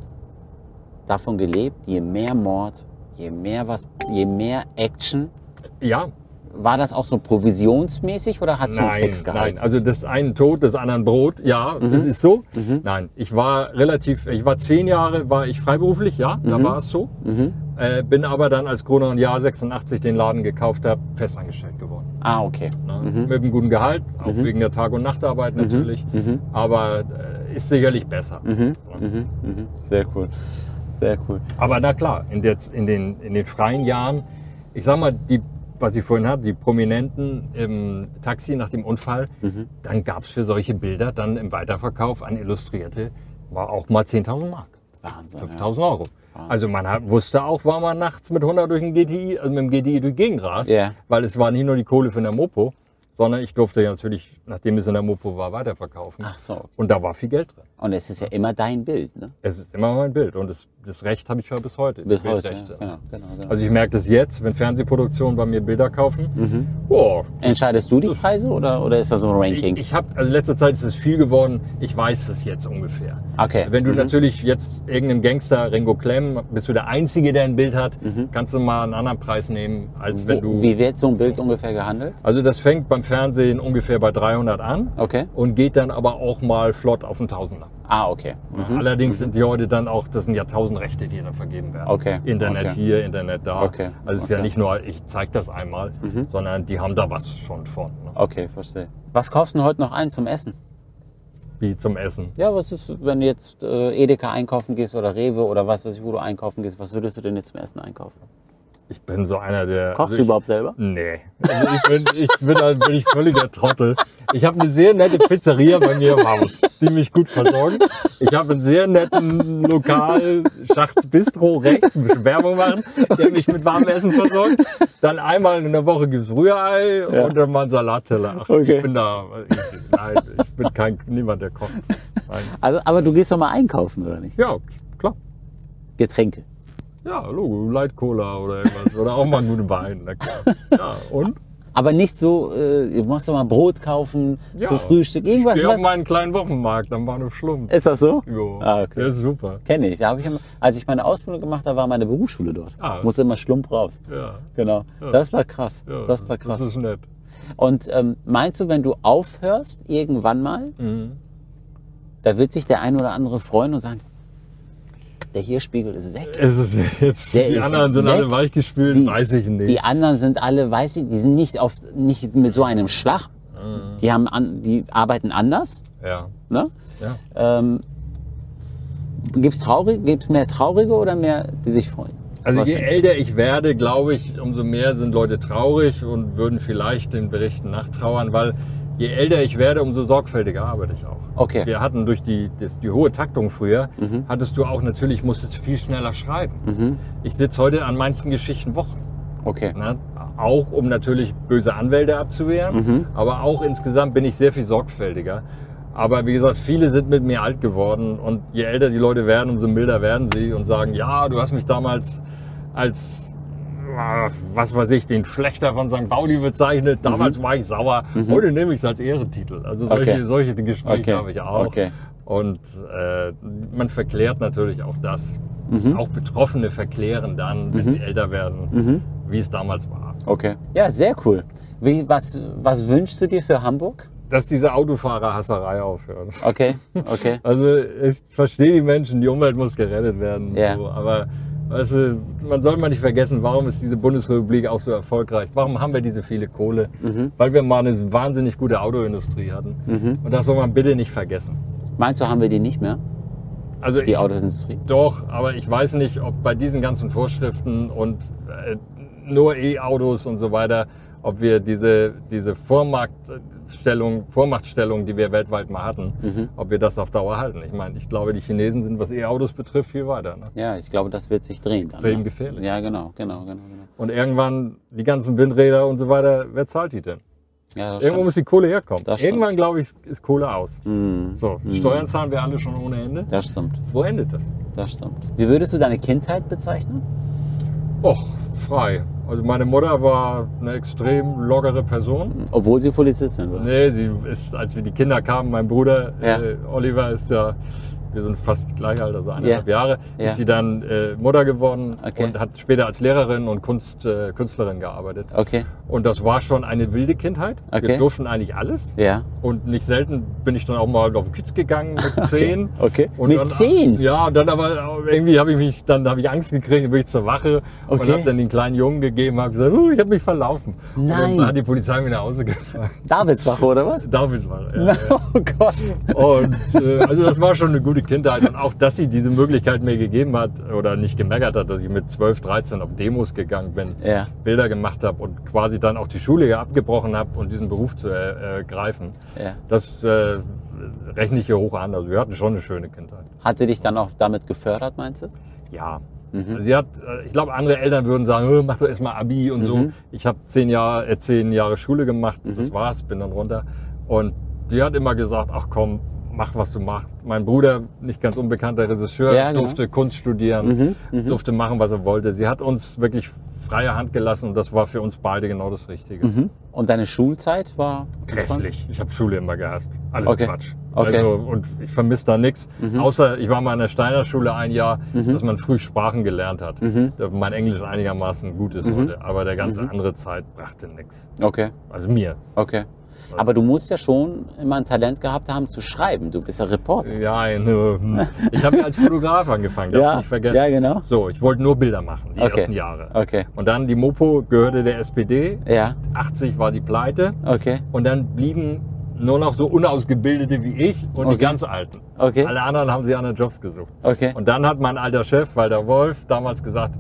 davon gelebt, je mehr Mord, je mehr was, je mehr Action. Ja, War das auch so provisionsmäßig oder hast du einen Fix gehalten? Mhm. Nein, also das einen Tod, das anderen Brot, ja, das ist so. Nein, ich war relativ, ich war zehn Jahre, war ich freiberuflich, ja, Mhm. da war es so. Äh, bin aber dann, als Corona und Jahr 86 den Laden gekauft habe, festangestellt geworden. ah, okay. Ne? Mit einem guten Gehalt, auch Mhm. wegen der Tag- und Nachtarbeit natürlich, aber äh, ist sicherlich besser. Mhm. Ne? Sehr cool. Sehr cool. Aber na klar, in, der, in, den, in den freien Jahren, ich sag mal, die, was ich vorhin hatte, die Prominenten im Taxi nach dem Unfall, Mhm. dann gab es für solche Bilder dann im Weiterverkauf an Illustrierte war auch mal 10.000 Mark, Wahnsinn. Ja. 5.000 Euro. Also man hat, wusste auch, war man nachts mit 100 durch den GTI, also mit dem GTI durch die Gegend rast, Ja. weil es war nicht nur die Kohle für eine Mopo, sondern ich durfte ja natürlich, nachdem es in der Mopo war, weiterverkaufen. Ach so. Und da war viel Geld drin. Und es ist ja immer dein Bild, ne? Es ist immer mein Bild und das, das Recht habe ich ja bis heute. Bis heute. Ja. Bildrechte. Genau, genau, genau. Also ich merke das jetzt, wenn Fernsehproduktionen bei mir Bilder kaufen. Mhm. Boah, Entscheidest du die Preise oder, oder ist das so ein ich, Ranking? ich habe, also in letzter Zeit ist es viel geworden. Ich weiß es jetzt ungefähr. Okay. Mhm. Wenn du natürlich jetzt irgendeinem Gangster Ringo Klemm bist du der Einzige, der ein Bild hat, kannst du mal einen anderen Preis nehmen, als wenn Mhm. Wo, du. wie wird so ein Bild ungefähr gehandelt? Also das fängt beim Fernsehen ungefähr bei 300 an Okay. und geht dann aber auch mal flott auf den Tausender. Ah, okay. Mhm. Allerdings sind die heute dann auch, das sind ja tausend Rechte, die dann vergeben werden. Okay, Internet okay. hier, Internet da. Okay, Also es ist ja okay. Mhm. nicht nur, ich zeige das einmal, sondern die haben da was schon von. Ne? Okay, verstehe. Was kaufst du denn heute noch ein zum Essen? Wie zum Essen. Ja, was ist, wenn du jetzt äh, Edeka einkaufen gehst oder Rewe oder was weiß ich, wo du einkaufen gehst, was würdest du denn jetzt zum Essen einkaufen? Ich bin so einer der... Kochst also du ich, überhaupt selber? Nee. Also ich bin, ich bin, da bin ich völlig der Trottel. Ich habe eine sehr nette Pizzeria bei mir im Haus, die mich gut versorgen. Ich habe einen sehr netten Lokal, Schachts Bistro rechts, ein bisschen Werbung machen, der mich mit warmem Essen versorgt. Dann einmal in der Woche gibt's Rührei und dann mal einen Salatteller. Ach, Okay. Ich bin da, ich, nein, ich bin kein, niemand, der kocht. Nein. Also, aber du gehst doch mal einkaufen, oder nicht? Ja, klar. Getränke. Ja, Logo, Light Cola oder irgendwas. Oder auch mal einen guten Wein, na klar. Ja, und? Aber nicht so, äh, du musst doch mal Brot kaufen Ja. für Frühstück, irgendwas. Ich gehe auf Also Was? meinen kleinen Wochenmarkt am Bahnhof Schlump. Ist das so? Jo, Ah, der okay. ist super. Kenne ich. Da hab ich immer, als ich meine Ausbildung gemacht habe, war meine Berufsschule dort. Ah. Musste immer Schlump raus. Ja, Genau. Das war krass. ja, das war krass. Das ist nett. Mhm. Und ähm, meinst du, wenn du aufhörst, irgendwann mal, Da wird sich der ein oder andere freuen und sagen, der Hirspiegel ist weg. Es ist jetzt, Der die ist anderen sind weg. alle weichgespült, weiß ich nicht. Die anderen sind alle, weiß ich, die sind nicht auf, nicht mit so einem Schlag. Mhm. Die haben, an, die arbeiten anders. ja. Ne? Ja. Ähm, gibt's traurig, gibt's mehr Traurige oder mehr, die sich freuen? Also Was je denkst älter ich werde, glaube ich, umso mehr sind Leute traurig und würden vielleicht den Berichten nachtrauern, weil je älter ich werde, umso sorgfältiger arbeite ich auch. Okay. Mhm. Wir hatten durch die, das, die hohe Taktung früher, hattest du auch natürlich, musstest du viel schneller schreiben. Ich sitze heute an manchen Geschichten Wochen. du? Okay. Ne? Auch um natürlich böse Anwälte abzuwehren, Mhm. aber auch insgesamt bin ich sehr viel sorgfältiger. Aber wie gesagt, viele sind mit mir alt geworden und je älter die Leute werden, umso milder werden sie und sagen, ja, du hast mich damals als, äh, was weiß ich, den Schlechter von St. Pauli bezeichnet. Damals war ich sauer, heute nehme ich es als Ehrentitel. Also solche, Mhm. Okay. solche Gespräche Okay. habe ich auch. Okay. Und äh, man verklärt natürlich auch das. Mhm. Auch Betroffene verklären dann, wenn sie älter werden, Mhm. wie es damals war. Okay. Ja, sehr cool. Wie, was, was wünschst du dir für Hamburg? Dass diese Autofahrerhasserei aufhört. Okay, okay. Also ich verstehe die Menschen, die Umwelt muss gerettet werden. Ja. So, aber weißt du, man soll mal nicht vergessen, warum ist diese Bundesrepublik auch so erfolgreich? Warum haben wir diese viele Kohle? Mhm. Weil wir mal eine wahnsinnig gute Autoindustrie hatten. Und das soll man bitte nicht vergessen. Meinst du, haben wir die nicht mehr? Also Die ich Autoindustrie? Doch, aber ich weiß nicht, ob bei diesen ganzen Vorschriften und äh, nur E-Autos und so weiter, ob wir diese, diese Vormachtstellung, Vormachtstellung, die wir weltweit mal hatten, Mhm. ob wir das auf Dauer halten. Ich meine, ich glaube, die Chinesen sind, was E-Autos betrifft, viel weiter. Ne? Ja, ich glaube, das wird sich drehen. dann, Extrem ne? gefährlich. Ja, genau, genau, genau. genau. Und irgendwann die ganzen Windräder und so weiter, wer zahlt die denn? Ja, das Irgendwo stimmt. muss die Kohle herkommen. Das stimmt. Mhm. Irgendwann, glaube ich, ist Kohle aus. So, Steuern zahlen wir alle schon ohne Ende. Das stimmt, Wo endet das? das stimmt. Wie würdest du deine Kindheit bezeichnen? Och, frei. Also meine Mutter war eine extrem lockere Person. Obwohl sie Polizistin war. Nee, sie ist, als wir die Kinder kamen, mein Bruder Ja. äh, Oliver ist ja, wir sind fast gleich alt, also eineinhalb Ja. Jahre, Ja. ist sie dann äh, Mutter geworden Okay. und hat später als Lehrerin und Kunst, äh, Künstlerin gearbeitet. Okay, Und das war schon eine wilde Kindheit. Okay. Wir durften eigentlich alles. ja. Und nicht selten bin ich dann auch mal auf den Kids gegangen mit zehn. okay. Und Mit dann, zehn? Ja, und dann aber irgendwie habe ich mich, dann habe ich Angst gekriegt, dann bin ich zur Wache und Okay. habe dann den kleinen Jungen gegeben, habe gesagt, uh, ich habe mich verlaufen. Und Nein. dann hat die Polizei mir nach Hause gefahren. Davidswache oder was? David war ja. Oh Gott. Und äh, also das war schon eine gute Kindheit. Und auch, dass sie diese Möglichkeit mir gegeben hat oder nicht gemeckert hat, dass ich mit 12, 13 auf Demos gegangen bin, Ja. Bilder gemacht habe und quasi dann auch die Schule ja abgebrochen habe, um diesen Beruf zu er- ergreifen. Ja. Das äh, rechne ich hier hoch an. Also wir hatten schon eine schöne Kindheit. Hat sie dich dann auch damit gefördert, meinst du? Ja. Mhm. Also Sie hat, äh, ich glaube, andere Eltern würden sagen, "Äh, mach doch erstmal Abi und so. Mhm. Ich habe zehn Jahre, äh, zehn Jahre Schule gemacht, das war's, bin dann runter. Und die hat immer gesagt, ach komm, mach was du machst. Mein Bruder, nicht ganz unbekannter Regisseur, Ja, genau. Mhm, durfte Kunst studieren, durfte machen, was er wollte. Sie hat uns wirklich freie Hand gelassen und das war für uns beide genau das Richtige. Und deine Schulzeit war Grässlich. Ich habe Schule immer gehasst. Alles Okay. Quatsch. Okay. Mhm. Also, und ich vermisse da nichts. Außer ich war mal in der Steiner Schule ein Jahr, dass man früh Sprachen gelernt hat. Mhm. Da Mein Englisch einigermaßen gut ist heute. Aber der ganze andere Zeit brachte nichts. Okay, Also mir. okay. Aber du musst ja schon immer ein Talent gehabt haben zu schreiben. Du bist ja Reporter. Ja, ne, ich habe ja als Fotograf angefangen, darfst Ja, nicht vergessen. ja, genau. So, ich wollte nur Bilder machen, die Okay. ersten Jahre. Okay. Und dann die Mopo gehörte der SPD, Ja, Oh. 80 war die Pleite okay. und dann blieben nur noch so Unausgebildete wie ich und Okay. die ganz Alten. Okay. Alle anderen haben sie andere Jobs gesucht. Okay. Und dann hat mein alter Chef, Walter Wolf, damals gesagt,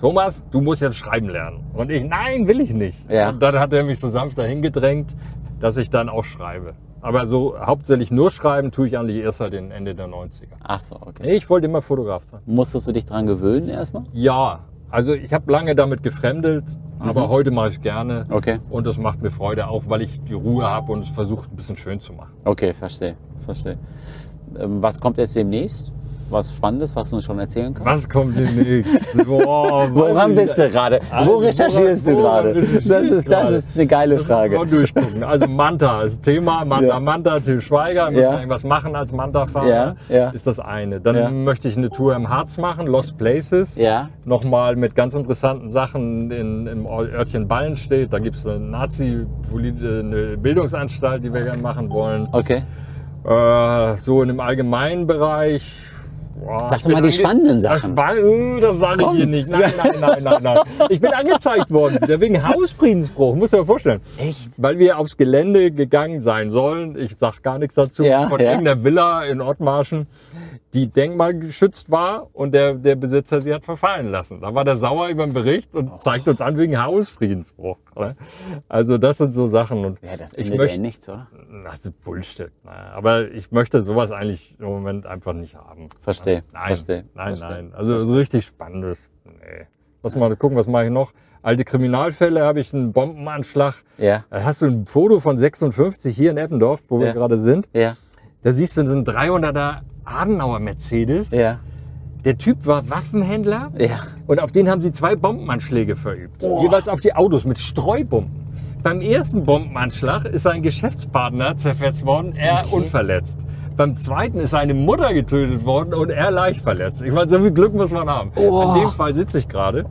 Thomas, du musst jetzt schreiben lernen. Und ich, nein, will ich nicht. Ja. Und dann hat er mich so sanft dahin gedrängt, dass ich dann auch schreibe. Aber so hauptsächlich nur schreiben tue ich eigentlich erst seit den Ende der 90er. Ach so, okay. Nee, Ich wollte immer Fotograf sein. Musstest du dich dran gewöhnen erstmal? Ja, also ich habe lange damit gefremdelt, aber heute mache ich gerne. Mhm. Okay. Und das macht mir Freude, auch weil ich die Ruhe habe und es versuche, ein bisschen schön zu machen. Okay, verstehe, verstehe. Ähm, Was kommt jetzt demnächst? Was Spannendes, was du uns schon erzählen kannst? Was kommt demnächst? Boah, weiß Woran ich- bist du gerade? Wo Also, woran- recherchierst du woran gerade? recherchiere Das ich ist, das gerade? ist eine geile Das muss man Frage. durchgucken. Also Manta ist Thema. Manta, Ja. Manta, Till Schweiger. Muss Ja. man irgendwas machen als Manta-Fahrer? Ja, ja. Ist das eine. Dann Ja. möchte ich eine Tour im Harz machen, Lost Places. Ja. Nochmal mit ganz interessanten Sachen in, im Örtchen äh, Ballenstedt. Da gibt es eine Nazi-Bildungsanstalt, die wir gerne machen wollen. Okay, Äh, so in dem allgemeinen Bereich. Boah, Sag doch ich bin mal die ange- spannenden Das, Sachen. war, äh, das sage ich hier nicht. Nein, nein, nein, nein, nein. Ich bin angezeigt worden, wieder wegen Hausfriedensbruch. Muss dir mal vorstellen. Echt? Weil wir aufs Gelände gegangen sein sollen. Ich sag gar nichts dazu. Ja, von ja. irgendeiner Villa in Ottmarschen, die denkmalgeschützt war und der, der Besitzer sie hat verfallen lassen. Da war der sauer über den Bericht und zeigt uns an wegen Hausfriedensbruch. ne? Also das sind so Sachen. Und Ja, das ich endet möchte, ja nichts, oder? das ist Also Bullshit. Naja, aber ich möchte sowas eigentlich im Moment einfach nicht haben. Verstehe, Nein, verstehe. nein, verstehe. nein. Also so richtig Spannendes. Nee. Lass mal gucken, was mache ich noch? Alte Kriminalfälle habe ich einen Bombenanschlag. Ja. Da hast du ein Foto von 56 hier in Eppendorf, wo Ja. wir gerade sind. Ja, Da siehst du so einen 300er Adenauer Mercedes. ja, Der Typ war Waffenhändler ja. und auf den haben sie zwei Bombenanschläge verübt. Jeweils auf die Autos mit Streubomben. Beim ersten Bombenanschlag ist sein Geschäftspartner zerfetzt worden, er unverletzt. Beim zweiten ist seine Mutter getötet worden und er leicht verletzt. Ich meine, so viel Glück muss man haben. In dem Fall sitze ich gerade.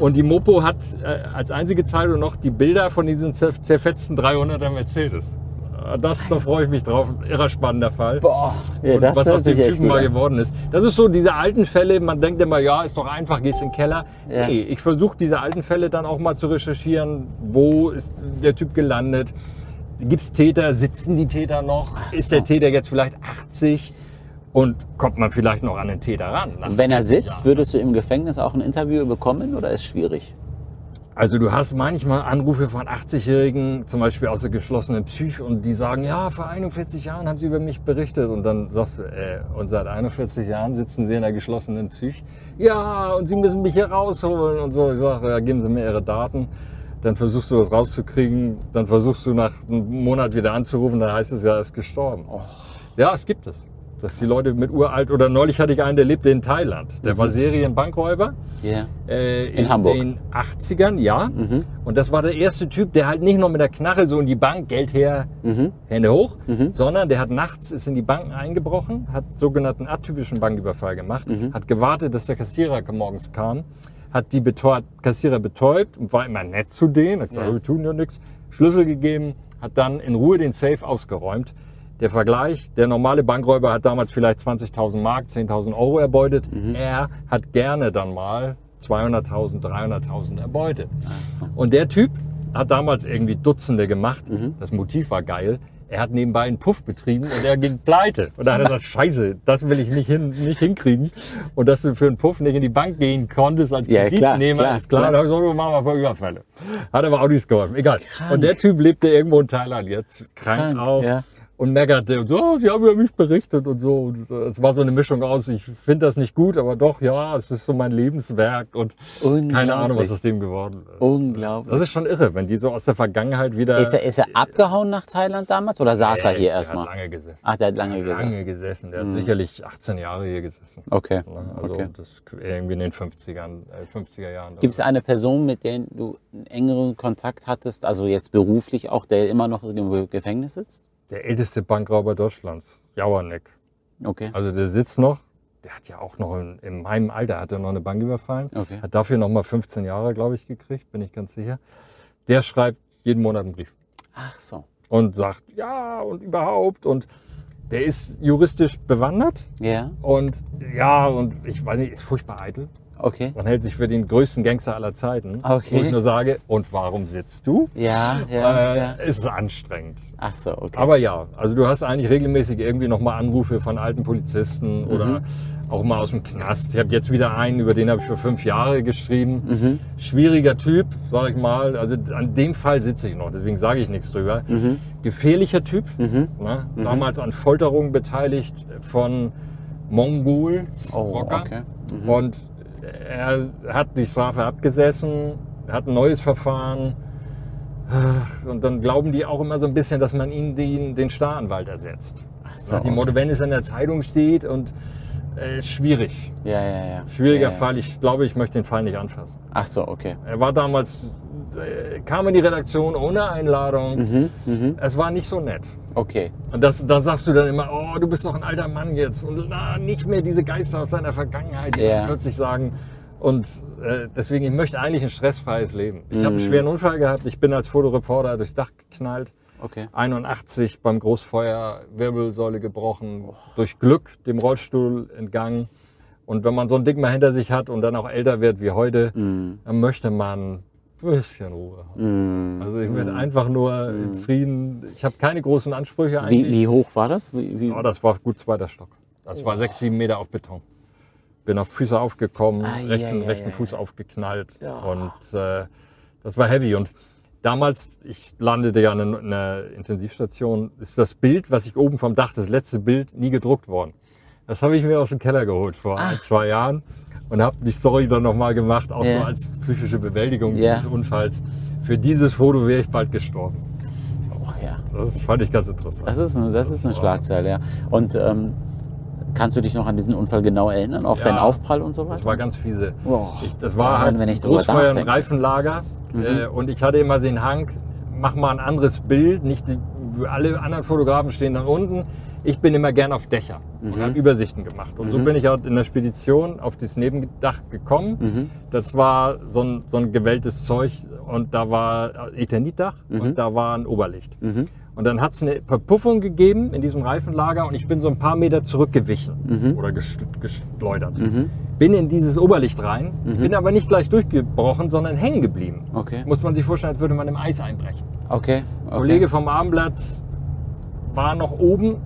Und die Mopo hat äh, als einzige Zeile noch die Bilder von diesem zer- zerfetzten 300er Mercedes. Äh, Das, da freue ich mich drauf. Irrer spannender Fall Boah, ja, und das was hört aus dem sich echt Typen gut mal an. geworden ist. Das ist so diese alten Fälle, man denkt immer, ja, ist doch einfach, gehst in den Keller. Ja. Nee, ich versuche diese alten Fälle dann auch mal zu recherchieren, wo ist der Typ gelandet, gibt es Täter, sitzen die Täter noch, ist der Täter jetzt vielleicht 80 und kommt man vielleicht noch an den Täter ran. Nach Wenn er 40 sitzt, Jahren. würdest du im Gefängnis auch ein Interview bekommen oder ist schwierig? Also du hast manchmal Anrufe von 80-Jährigen, zum Beispiel aus der geschlossenen Psych und die sagen, ja, vor 41 Jahren haben sie über mich berichtet. Und dann sagst du, äh, und seit 41 Jahren sitzen sie in der geschlossenen Psych. Ja, und sie müssen mich hier rausholen und so. Ich sage, ja, geben sie mir ihre Daten. Dann versuchst du das rauszukriegen. Dann versuchst du nach einem Monat wieder anzurufen. Dann heißt es, ja, er ist gestorben. Ja, es gibt es. Dass die Leute mit uralt, oder neulich hatte ich einen, der lebte in Thailand. Der war Serienbankräuber. Ja. Äh, in, Hamburg. Mhm. den 80ern, ja. Und das war der erste Typ, der halt nicht nur mit der Knarre so in die Bank, Geld her, Mhm. Hände hoch, sondern der hat nachts, ist in die Banken eingebrochen, hat sogenannten atypischen Banküberfall gemacht, Mhm. hat gewartet, dass der Kassierer morgens kam, hat die betäubt, Kassierer betäubt und war immer nett zu denen, hat gesagt, "Oh, Ja. wir tun ja nichts, Schlüssel gegeben, hat dann in Ruhe den Safe ausgeräumt. Der Vergleich, der normale Bankräuber hat damals vielleicht 20.000 Mark, 10.000 Euro erbeutet. Er hat gerne dann mal 200.000, 300.000 erbeutet. Und der Typ hat damals irgendwie Dutzende gemacht. Mhm. Das Motiv war geil. Er hat nebenbei einen Puff betrieben und er ging pleite. Und da hat er gesagt, scheiße, das will ich nicht, hin, nicht hinkriegen. Und dass du für einen Puff nicht in die Bank gehen konntest als Ja, klar, Kreditnehmer, klar, ist klar. klar. Da hab ich gesagt, oh, du mach mal ein paar Überfälle. Hat aber auch nichts geholfen. Egal. Und der Typ lebte irgendwo in Thailand jetzt, krank, Krank, auch. ja. Und meckerte und so, oh, sie haben über mich berichtet und so. Und es war so eine Mischung aus, ich finde das nicht gut, aber doch, ja, es ist so mein Lebenswerk und Unglaublich. keine Ahnung, was aus dem geworden ist. Das Unglaublich. ist schon irre, wenn die so aus der Vergangenheit wieder. Ist er, ist er abgehauen nach Thailand damals oder saß er Ey, hier der Hat erstmal? lange gesessen. Ach, der hat lange Lange gesessen. gesessen. Der hat sicherlich 18 Jahre hier gesessen. Okay. Ne? Also okay. das irgendwie in den 50ern, äh, 50er Jahren. Gibt es eine Person, mit der du einen engeren Kontakt hattest, also jetzt beruflich auch, der immer noch im Gefängnis sitzt? der älteste Bankrauber Deutschlands, Jauerneck. Okay. Also der sitzt noch. Der hat ja auch noch in, in meinem Alter hat er noch eine Bank überfallen. Okay. Hat dafür noch mal 15 Jahre, glaube ich, gekriegt, bin ich ganz sicher. Der schreibt jeden Monat einen Brief. Ach so. und sagt, ja und überhaupt und der ist juristisch bewandert Ja. und ja und ich weiß nicht, ist furchtbar eitel. Okay. Man hält sich für den größten Gangster aller Zeiten. Okay. Wo ich nur sage, und warum sitzt du? Ja, ja, äh, ja. Es ist anstrengend. Ach so, okay. Aber ja, also du hast eigentlich regelmäßig irgendwie nochmal Anrufe von alten Mhm. Polizisten oder auch mal aus dem Knast. Ich habe jetzt wieder einen, über den habe ich für fünf Jahre geschrieben. Mhm. Schwieriger Typ, sag ich mal. Also an dem Fall sitze ich noch, deswegen sage ich nichts drüber. Mhm. Gefährlicher Typ, ne? damals an Folterungen beteiligt von Mongols, Oh, Rocker. okay. Und er hat die Strafe abgesessen, hat ein neues Verfahren. Und dann glauben die auch immer so ein bisschen, dass man ihnen den, den Staranwalt ersetzt. so, Nach dem Motto, wenn es in der Zeitung steht und äh, schwierig. Ja, ja, ja. Schwieriger ja, ja. Fall. Ich glaube, ich möchte den Fall nicht anfassen. Ach so, okay. Er war damals, äh, kam in die Redaktion ohne Einladung. Mhm, Es war nicht so nett. Okay. Und das, da sagst du dann immer, oh, du bist doch ein alter Mann jetzt. Und na, nicht mehr diese Geister aus deiner Vergangenheit, die Ja. dann plötzlich sagen. Und äh, deswegen, ich möchte eigentlich ein stressfreies Leben. Ich habe einen schweren Unfall gehabt. Ich bin als Fotoreporter durchs Dach geknallt. Okay. 81 beim Großfeuer Wirbelsäule gebrochen, durch Glück dem Rollstuhl entgangen. Und wenn man so ein Ding mal hinter sich hat und dann auch älter wird wie heute, Mhm. dann möchte man ein bisschen Ruhe. Mhm. haben. Also ich möchte einfach nur in Frieden. Ich habe keine großen Ansprüche eigentlich. Wie, wie hoch war das? Wie, wie? Oh, das war gut zweiter Stock. Das Oh. war sechs, sieben Meter auf Beton. Bin auf Füße aufgekommen, Ai, ai, rechten, ai, rechten ai, Fuß aufgeknallt. Und äh, das war heavy. Und damals, ich landete ja in einer- in einer Intensivstation, ist das Bild, was ich oben vom Dach, das letzte Bild, nie gedruckt worden. Das habe ich mir aus dem Keller geholt vor Ah. ein, zwei Jahren und habe die Story dann nochmal gemacht, auch Ja. so als psychische Bewältigung Ja. dieses Unfalls. Für dieses Foto wäre ich bald gestorben. Oh, ja. Das fand ich ganz interessant. Das ist eine, das ist eine Schlagzeile, ja. Und ähm, kannst du dich noch an diesen Unfall genau erinnern? Auch Ja. deinen Aufprall und so Das weiter? war ganz fiese. Oh, ich, das war Mann, halt wenn ich drüber Großfeuer im nachdenke. Reifenlager. Äh, und ich hatte immer den Hang, mach mal ein anderes Bild. Nicht die, alle anderen Fotografen stehen dann unten. Ich bin immer gern auf Dächer und habe Übersichten gemacht. Und so bin ich halt in der Spedition auf das Nebendach gekommen. Das war so ein, so ein gewelltes Zeug und da war Eternitdach und da war ein Oberlicht. Und dann hat es eine Verpuffung gegeben in diesem Reifenlager und ich bin so ein paar Meter zurückgewichen Mhm. oder ges- geschleudert. Bin in dieses Oberlicht rein, bin aber nicht gleich durchgebrochen, sondern hängen geblieben. Mhm. Okay. Muss man sich vorstellen, als würde man im Eis einbrechen. Okay. okay. Kollege vom Abendblatt war noch oben,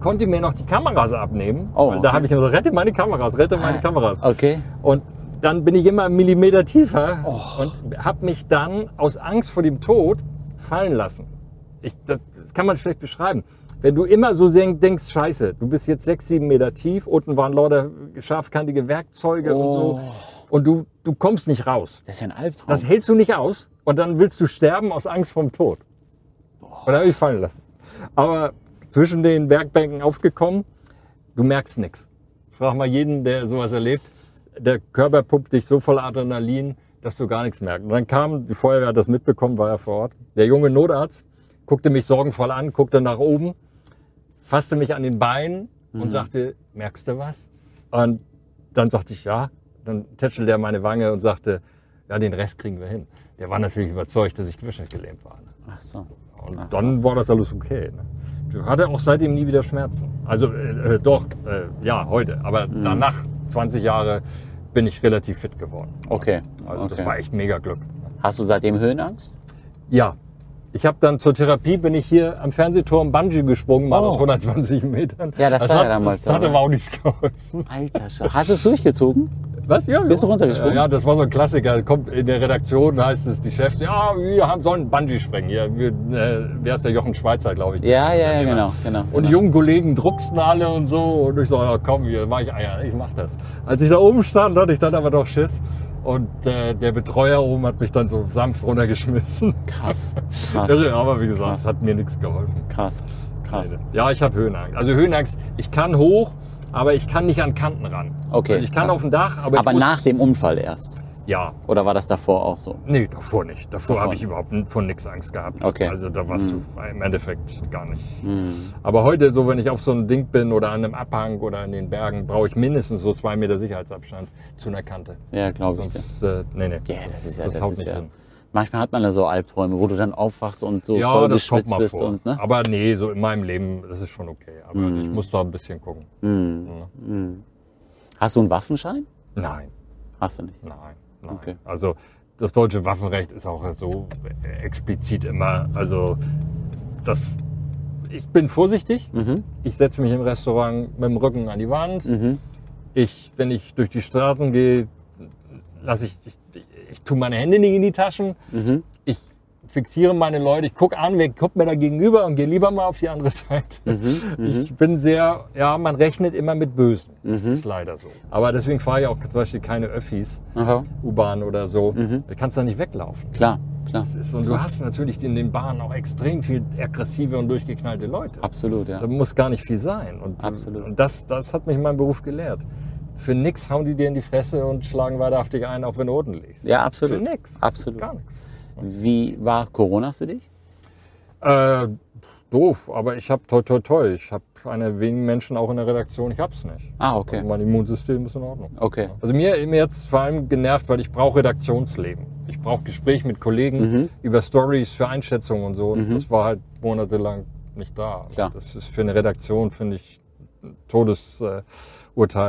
konnte mir noch die Kameras abnehmen. Mhm. Oh, weil okay. Da habe ich immer so, rette meine Kameras, rette meine Ah, Kameras. Okay. Und dann bin ich immer einen Millimeter tiefer und habe mich dann aus Angst vor dem Tod fallen lassen. Ich, das, das kann man schlecht beschreiben. Wenn du immer so sen- denkst, scheiße, du bist jetzt sechs, sieben Meter tief, unten waren lauter scharfkantige Werkzeuge und so und du, du kommst nicht raus. Das ist ja ein Albtraum. Das hältst du nicht aus und dann willst du sterben aus Angst vom Tod. Und dann habe ich fallen lassen. Aber zwischen den Werkbänken aufgekommen, du merkst nichts. Frag mal jeden, der sowas erlebt. Der Körper pumpt dich so voll Adrenalin, dass du gar nichts merkst. Und dann kam, die Feuerwehr hat das mitbekommen, war ja vor Ort. Der junge Notarzt guckte mich sorgenvoll an, guckte nach oben, fasste mich an den Beinen und sagte, merkst du was? Und dann sagte ich, ja. Dann tätschelte er meine Wange und sagte, ja, den Rest kriegen wir hin. Der war natürlich überzeugt, dass ich querschnittgelähmt war. ne? Ach so. Und Ach dann war das alles okay. Ne? Du hatte auch seitdem nie wieder Schmerzen. Also äh, äh, doch, äh, ja, heute. Aber Hm. danach, 20 Jahre, bin ich relativ fit geworden. Okay. Also okay. das war echt mega Glück. Hast du seitdem Höhenangst? Ja. Ich habe dann zur Therapie, bin ich hier am Fernsehturm Bungee gesprungen, mal Oh. aus 120 Metern. Ja, das war hat, ja damals Das hat so, ne? aber auch nichts geholfen. Alter Schwede. Hast du es durchgezogen? Was? Ja, Bist ja. du runtergesprungen? Ja, ja, das war so ein Klassiker. Kommt in der Redaktion, da heißt es die Chefs, ja, wir haben, sollen Bungee springen. Ja, wir, äh, wer ist der Jochen Schweizer, glaube ich. Ja, ja, ja, genau. genau, genau. Und die jungen Kollegen drucksten alle und so. Und ich so, ja, komm, hier mach ich Eier, ich mach das. Als ich da oben stand, hatte ich dann aber doch Schiss. Und äh, der Betreuer oben hat mich dann so sanft runtergeschmissen. Krass. Irre, Krass. aber wie gesagt, Krass. hat mir nichts geholfen. Krass. Krass. Ja, ich habe Höhenangst. Also Höhenangst, ich kann hoch, aber ich kann nicht an Kanten ran. Okay. Ah. Also ich kann auf dem Dach, aber, Aber ich muss, nach dem Unfall erst. Ja, Oder war das davor auch so? nee, davor nicht. Davor, habe ich überhaupt von nichts Angst gehabt. Okay. Hm. Also da warst du im Endeffekt gar nicht. Aber heute, so wenn ich auf so einem Ding bin oder an einem Abhang oder in den Bergen, brauche ich mindestens so zwei Meter Sicherheitsabstand zu einer Kante. Ja, glaube ich. dir. Sonst, äh, nee, nee. Ja, das ist ja, das, haut ist nicht ja. hin. Manchmal hat man ja so Albträume, wo du dann aufwachst und so Ja, voll das kommt geschwitzt mal bist vor. und ne? Hm. Aber nee, so in meinem Leben, das ist schon okay. Aber ich muss da ein bisschen gucken. Hast du einen Waffenschein? Nein, Hast du nicht. nein, nein. Okay. Also das deutsche Waffenrecht ist auch so explizit immer, also das, ich bin vorsichtig. Ich setze mich im Restaurant mit dem Rücken an die Wand. Ich, wenn ich durch die Straßen gehe, lasse ich, ich, ich tue meine Hände nicht in die Taschen. Ich fixiere meine Leute, ich gucke an, wer kommt mir da gegenüber und gehe lieber mal auf die andere Seite. Ich bin sehr, ja, man rechnet immer mit Bösen. Das ist leider so. Aber deswegen fahre ich auch zum Beispiel keine Öffis, Aha. U-Bahn oder so. Da kannst du da nicht weglaufen. Klar, klar. Das ist, und du hast natürlich in den Bahnen auch extrem viel aggressive und durchgeknallte Leute. Absolut, ja. Da muss gar nicht viel sein. Und, Absolut. und das, das hat mich mein Beruf gelehrt. Für nix hauen die dir in die Fresse und schlagen weiter auf dich ein, auch wenn du unten liegst. Ja, absolut. Für nix. Absolut. Gar nichts. Wie war Corona für dich? Äh, doof, aber ich habe toi toi toi. Ich habe eine wenigen Menschen auch in der Redaktion, ich hab's nicht. Ah, okay. Also mein Immunsystem ist in Ordnung. Okay. Also mir, mir jetzt vor allem genervt, weil ich brauche Mhm. Redaktionsleben. Ich brauche Gespräch mit Kollegen über Stories für Einschätzungen und so. Und das war halt Monate lang nicht da. Klar. Das ist für eine Redaktion, finde ich, ein Todesurteil,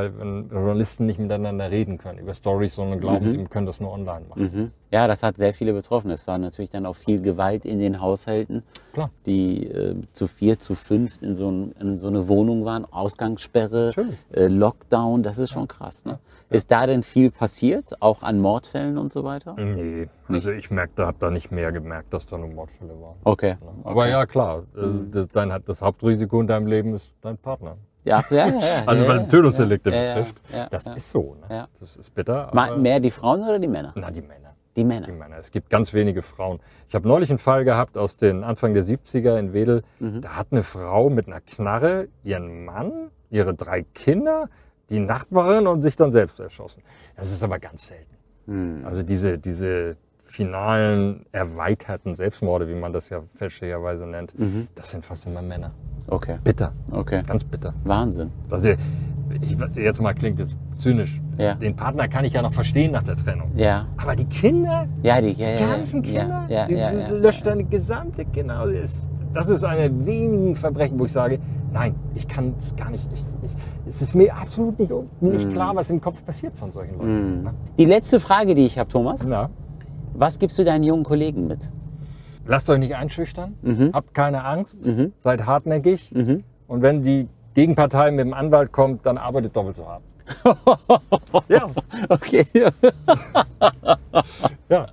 äh, wenn Journalisten nicht miteinander reden können über Stories, sondern glauben, sie können das nur online machen. Mhm. Ja, das hat sehr viele betroffen. Es war natürlich dann auch viel Gewalt in den Haushalten, Klar. die äh, zu vier, zu fünf in so, ein, in so eine Wohnung waren, Ausgangssperre, Natürlich. äh, Lockdown, das ist schon krass. Ne? Ist da denn viel passiert, auch an Mordfällen und so weiter? Nee, also ich merkte, habe da nicht mehr gemerkt, dass da nur Mordfälle waren. Oh, Okay. Mhm. Aber ja, klar, äh, das, dein, das Hauptrisiko in deinem Leben ist dein Partner. Ja, ja, ja, ja Also ja, was ja. Tötungsdelikte ja, ja, betrifft, ja, das ja. ist so. Ne? Ja. Das ist bitter. Ma- aber- Mehr die Frauen oder die Männer? Na, die Männer. Die Männer. Die Männer. Es gibt ganz wenige Frauen. Ich habe neulich einen Fall gehabt aus den Anfang der 70er in Wedel. Mhm. Da hat eine Frau mit einer Knarre ihren Mann, ihre drei Kinder, die Nachbarin und sich dann selbst erschossen. Das ist aber ganz selten. Hm. Also diese, diese finalen, erweiterten Selbstmorde, wie man das ja fälschlicherweise nennt, Mhm. das sind fast immer Männer. Okay, Bitter, okay. ganz bitter. Wahnsinn. Also, ich, jetzt mal klingt es zynisch. Ja. Den Partner kann ich ja noch verstehen nach der Trennung. Ja, Aber die Kinder, ja, die, ja, die ja, ganzen Kinder, ja, ja, die, ja, die ja, löscht deine gesamte Kinder. aus. Es- Das ist eine der wenigen Verbrechen, wo ich sage, nein, ich kann es gar nicht. Ich, ich, es ist mir absolut nicht, Mhm. nicht klar, was im Kopf passiert von solchen Leuten. Na, Die letzte Frage, die ich habe, Thomas. na, Was gibst du deinen jungen Kollegen mit? lasst euch nicht einschüchtern, Mhm. habt keine Angst, seid hartnäckig und wenn die Gegenpartei mit dem Anwalt kommt, dann arbeitet doppelt so hart. ja, Okay, ja.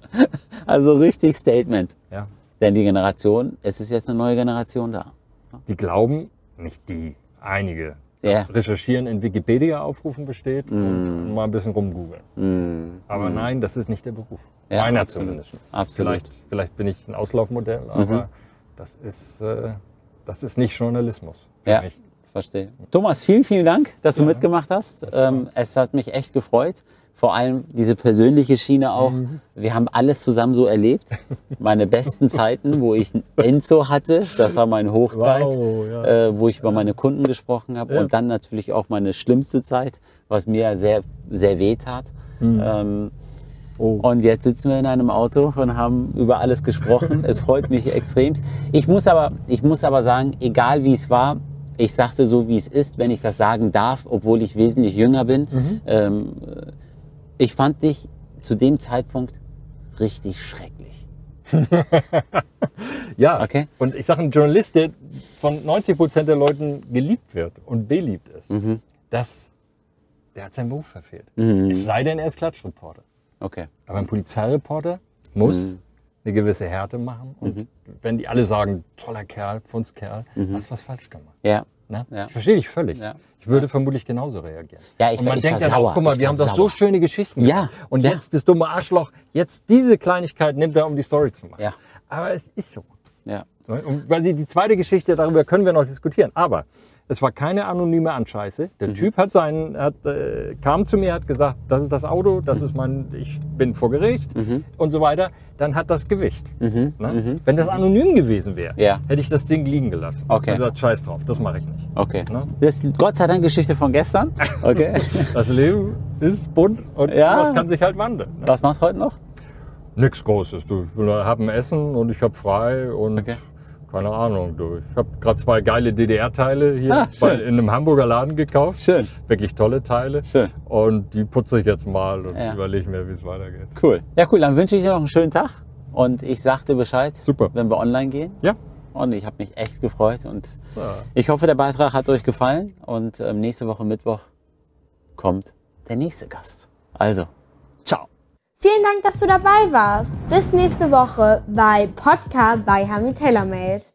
also richtig Statement. ja. Denn die Generation, es ist jetzt eine neue Generation da. die glauben, nicht die, einige, Ja. Mm. dass Recherchieren in Wikipedia-Aufrufen besteht und mal ein bisschen rumgoogeln. Aber nein, das ist nicht der Beruf. Ja, Meiner absolut. zumindest. Absolut. Mhm. Vielleicht, vielleicht bin ich ein Auslaufmodell, aber das, ist, äh, das ist nicht Journalismus. für Ja, mich. verstehe. Thomas, vielen, vielen Dank, dass du mitgemacht hast. Ähm, es hat mich echt gefreut. Vor allem diese persönliche Schiene auch. Mhm. Wir haben alles zusammen so erlebt. Meine besten Zeiten, wo ich einen Enzo hatte, das war meine Hochzeit, Wow, ja. äh, wo ich über meine Kunden gesprochen habe. Und dann natürlich auch meine schlimmste Zeit, was mir sehr, sehr weh tat. Mhm. Ähm, Oh, Und jetzt sitzen wir in einem Auto und haben über alles gesprochen. Es freut mich extrem. Ich muss aber, ich muss aber sagen, egal wie es war, ich sagte so, wie es ist, wenn ich das sagen darf, obwohl ich wesentlich jünger bin. Ähm, ich fand dich zu dem Zeitpunkt richtig schrecklich. ja, Okay. und ich sage, ein Journalist, der von 90 Prozent der Leuten geliebt wird und beliebt ist, Mhm. das, der hat seinen Beruf verfehlt. Es sei denn, er ist Klatschreporter. Okay. Aber ein Polizeireporter muss Mhm. eine gewisse Härte machen. Und wenn die alle sagen, toller Kerl, Pfundskerl, hast was falsch gemacht. Ja. Ne? Mhm. Ja. Ich verstehe dich völlig. Ja. Ich würde vermutlich genauso reagieren. Ja, ich und war- man ich denkt war dann sauer. auch, guck mal, Ich wir war haben doch so sauer. schöne Geschichten. Ja. gemacht. Und Ja. jetzt das dumme Arschloch, jetzt diese Kleinigkeit nimmt er, um die Story zu machen. Ja. Aber es ist so. Ja. Ne? Und weil sie die zweite Geschichte, darüber können wir noch diskutieren. Aber es war keine anonyme Anscheiße. Der Mhm. Typ hat seinen, hat, äh, kam zu mir, hat gesagt, das ist das Auto, das ist mein, ich bin vor Gericht Mhm. und so weiter. Dann hat das Gewicht. Ne? Wenn das anonym gewesen wäre, Ja. hätte ich das Ding liegen gelassen. Okay. Und gesagt, scheiß drauf, das mache ich nicht. Okay. Ne? Das ist Gott sei Dank Geschichte von gestern. Okay. Das Leben ist bunt und Ja. das kann sich halt wandeln. Ne? Was machst du heute noch? Nix Großes. Du, ich habe ein Essen und ich habe frei und Okay. keine Ahnung. Du. Ich habe gerade zwei geile DDR-Teile hier Ah, schön. bei, in einem Hamburger Laden gekauft. Schön. Wirklich tolle Teile. Schön. Und die putze ich jetzt mal und Ja. überlege mir, wie es weitergeht. Cool. Ja, cool. Dann wünsche ich dir noch einen schönen Tag. Und ich sag dir Bescheid, Super. wenn wir online gehen. Ja, Und ich habe mich echt gefreut und Ja. ich hoffe, der Beitrag hat euch gefallen und ähm, nächste Woche Mittwoch kommt der nächste Gast. Also, ciao. Vielen Dank, dass du dabei warst. Bis nächste Woche bei Podcast bei Hami TaylorMade.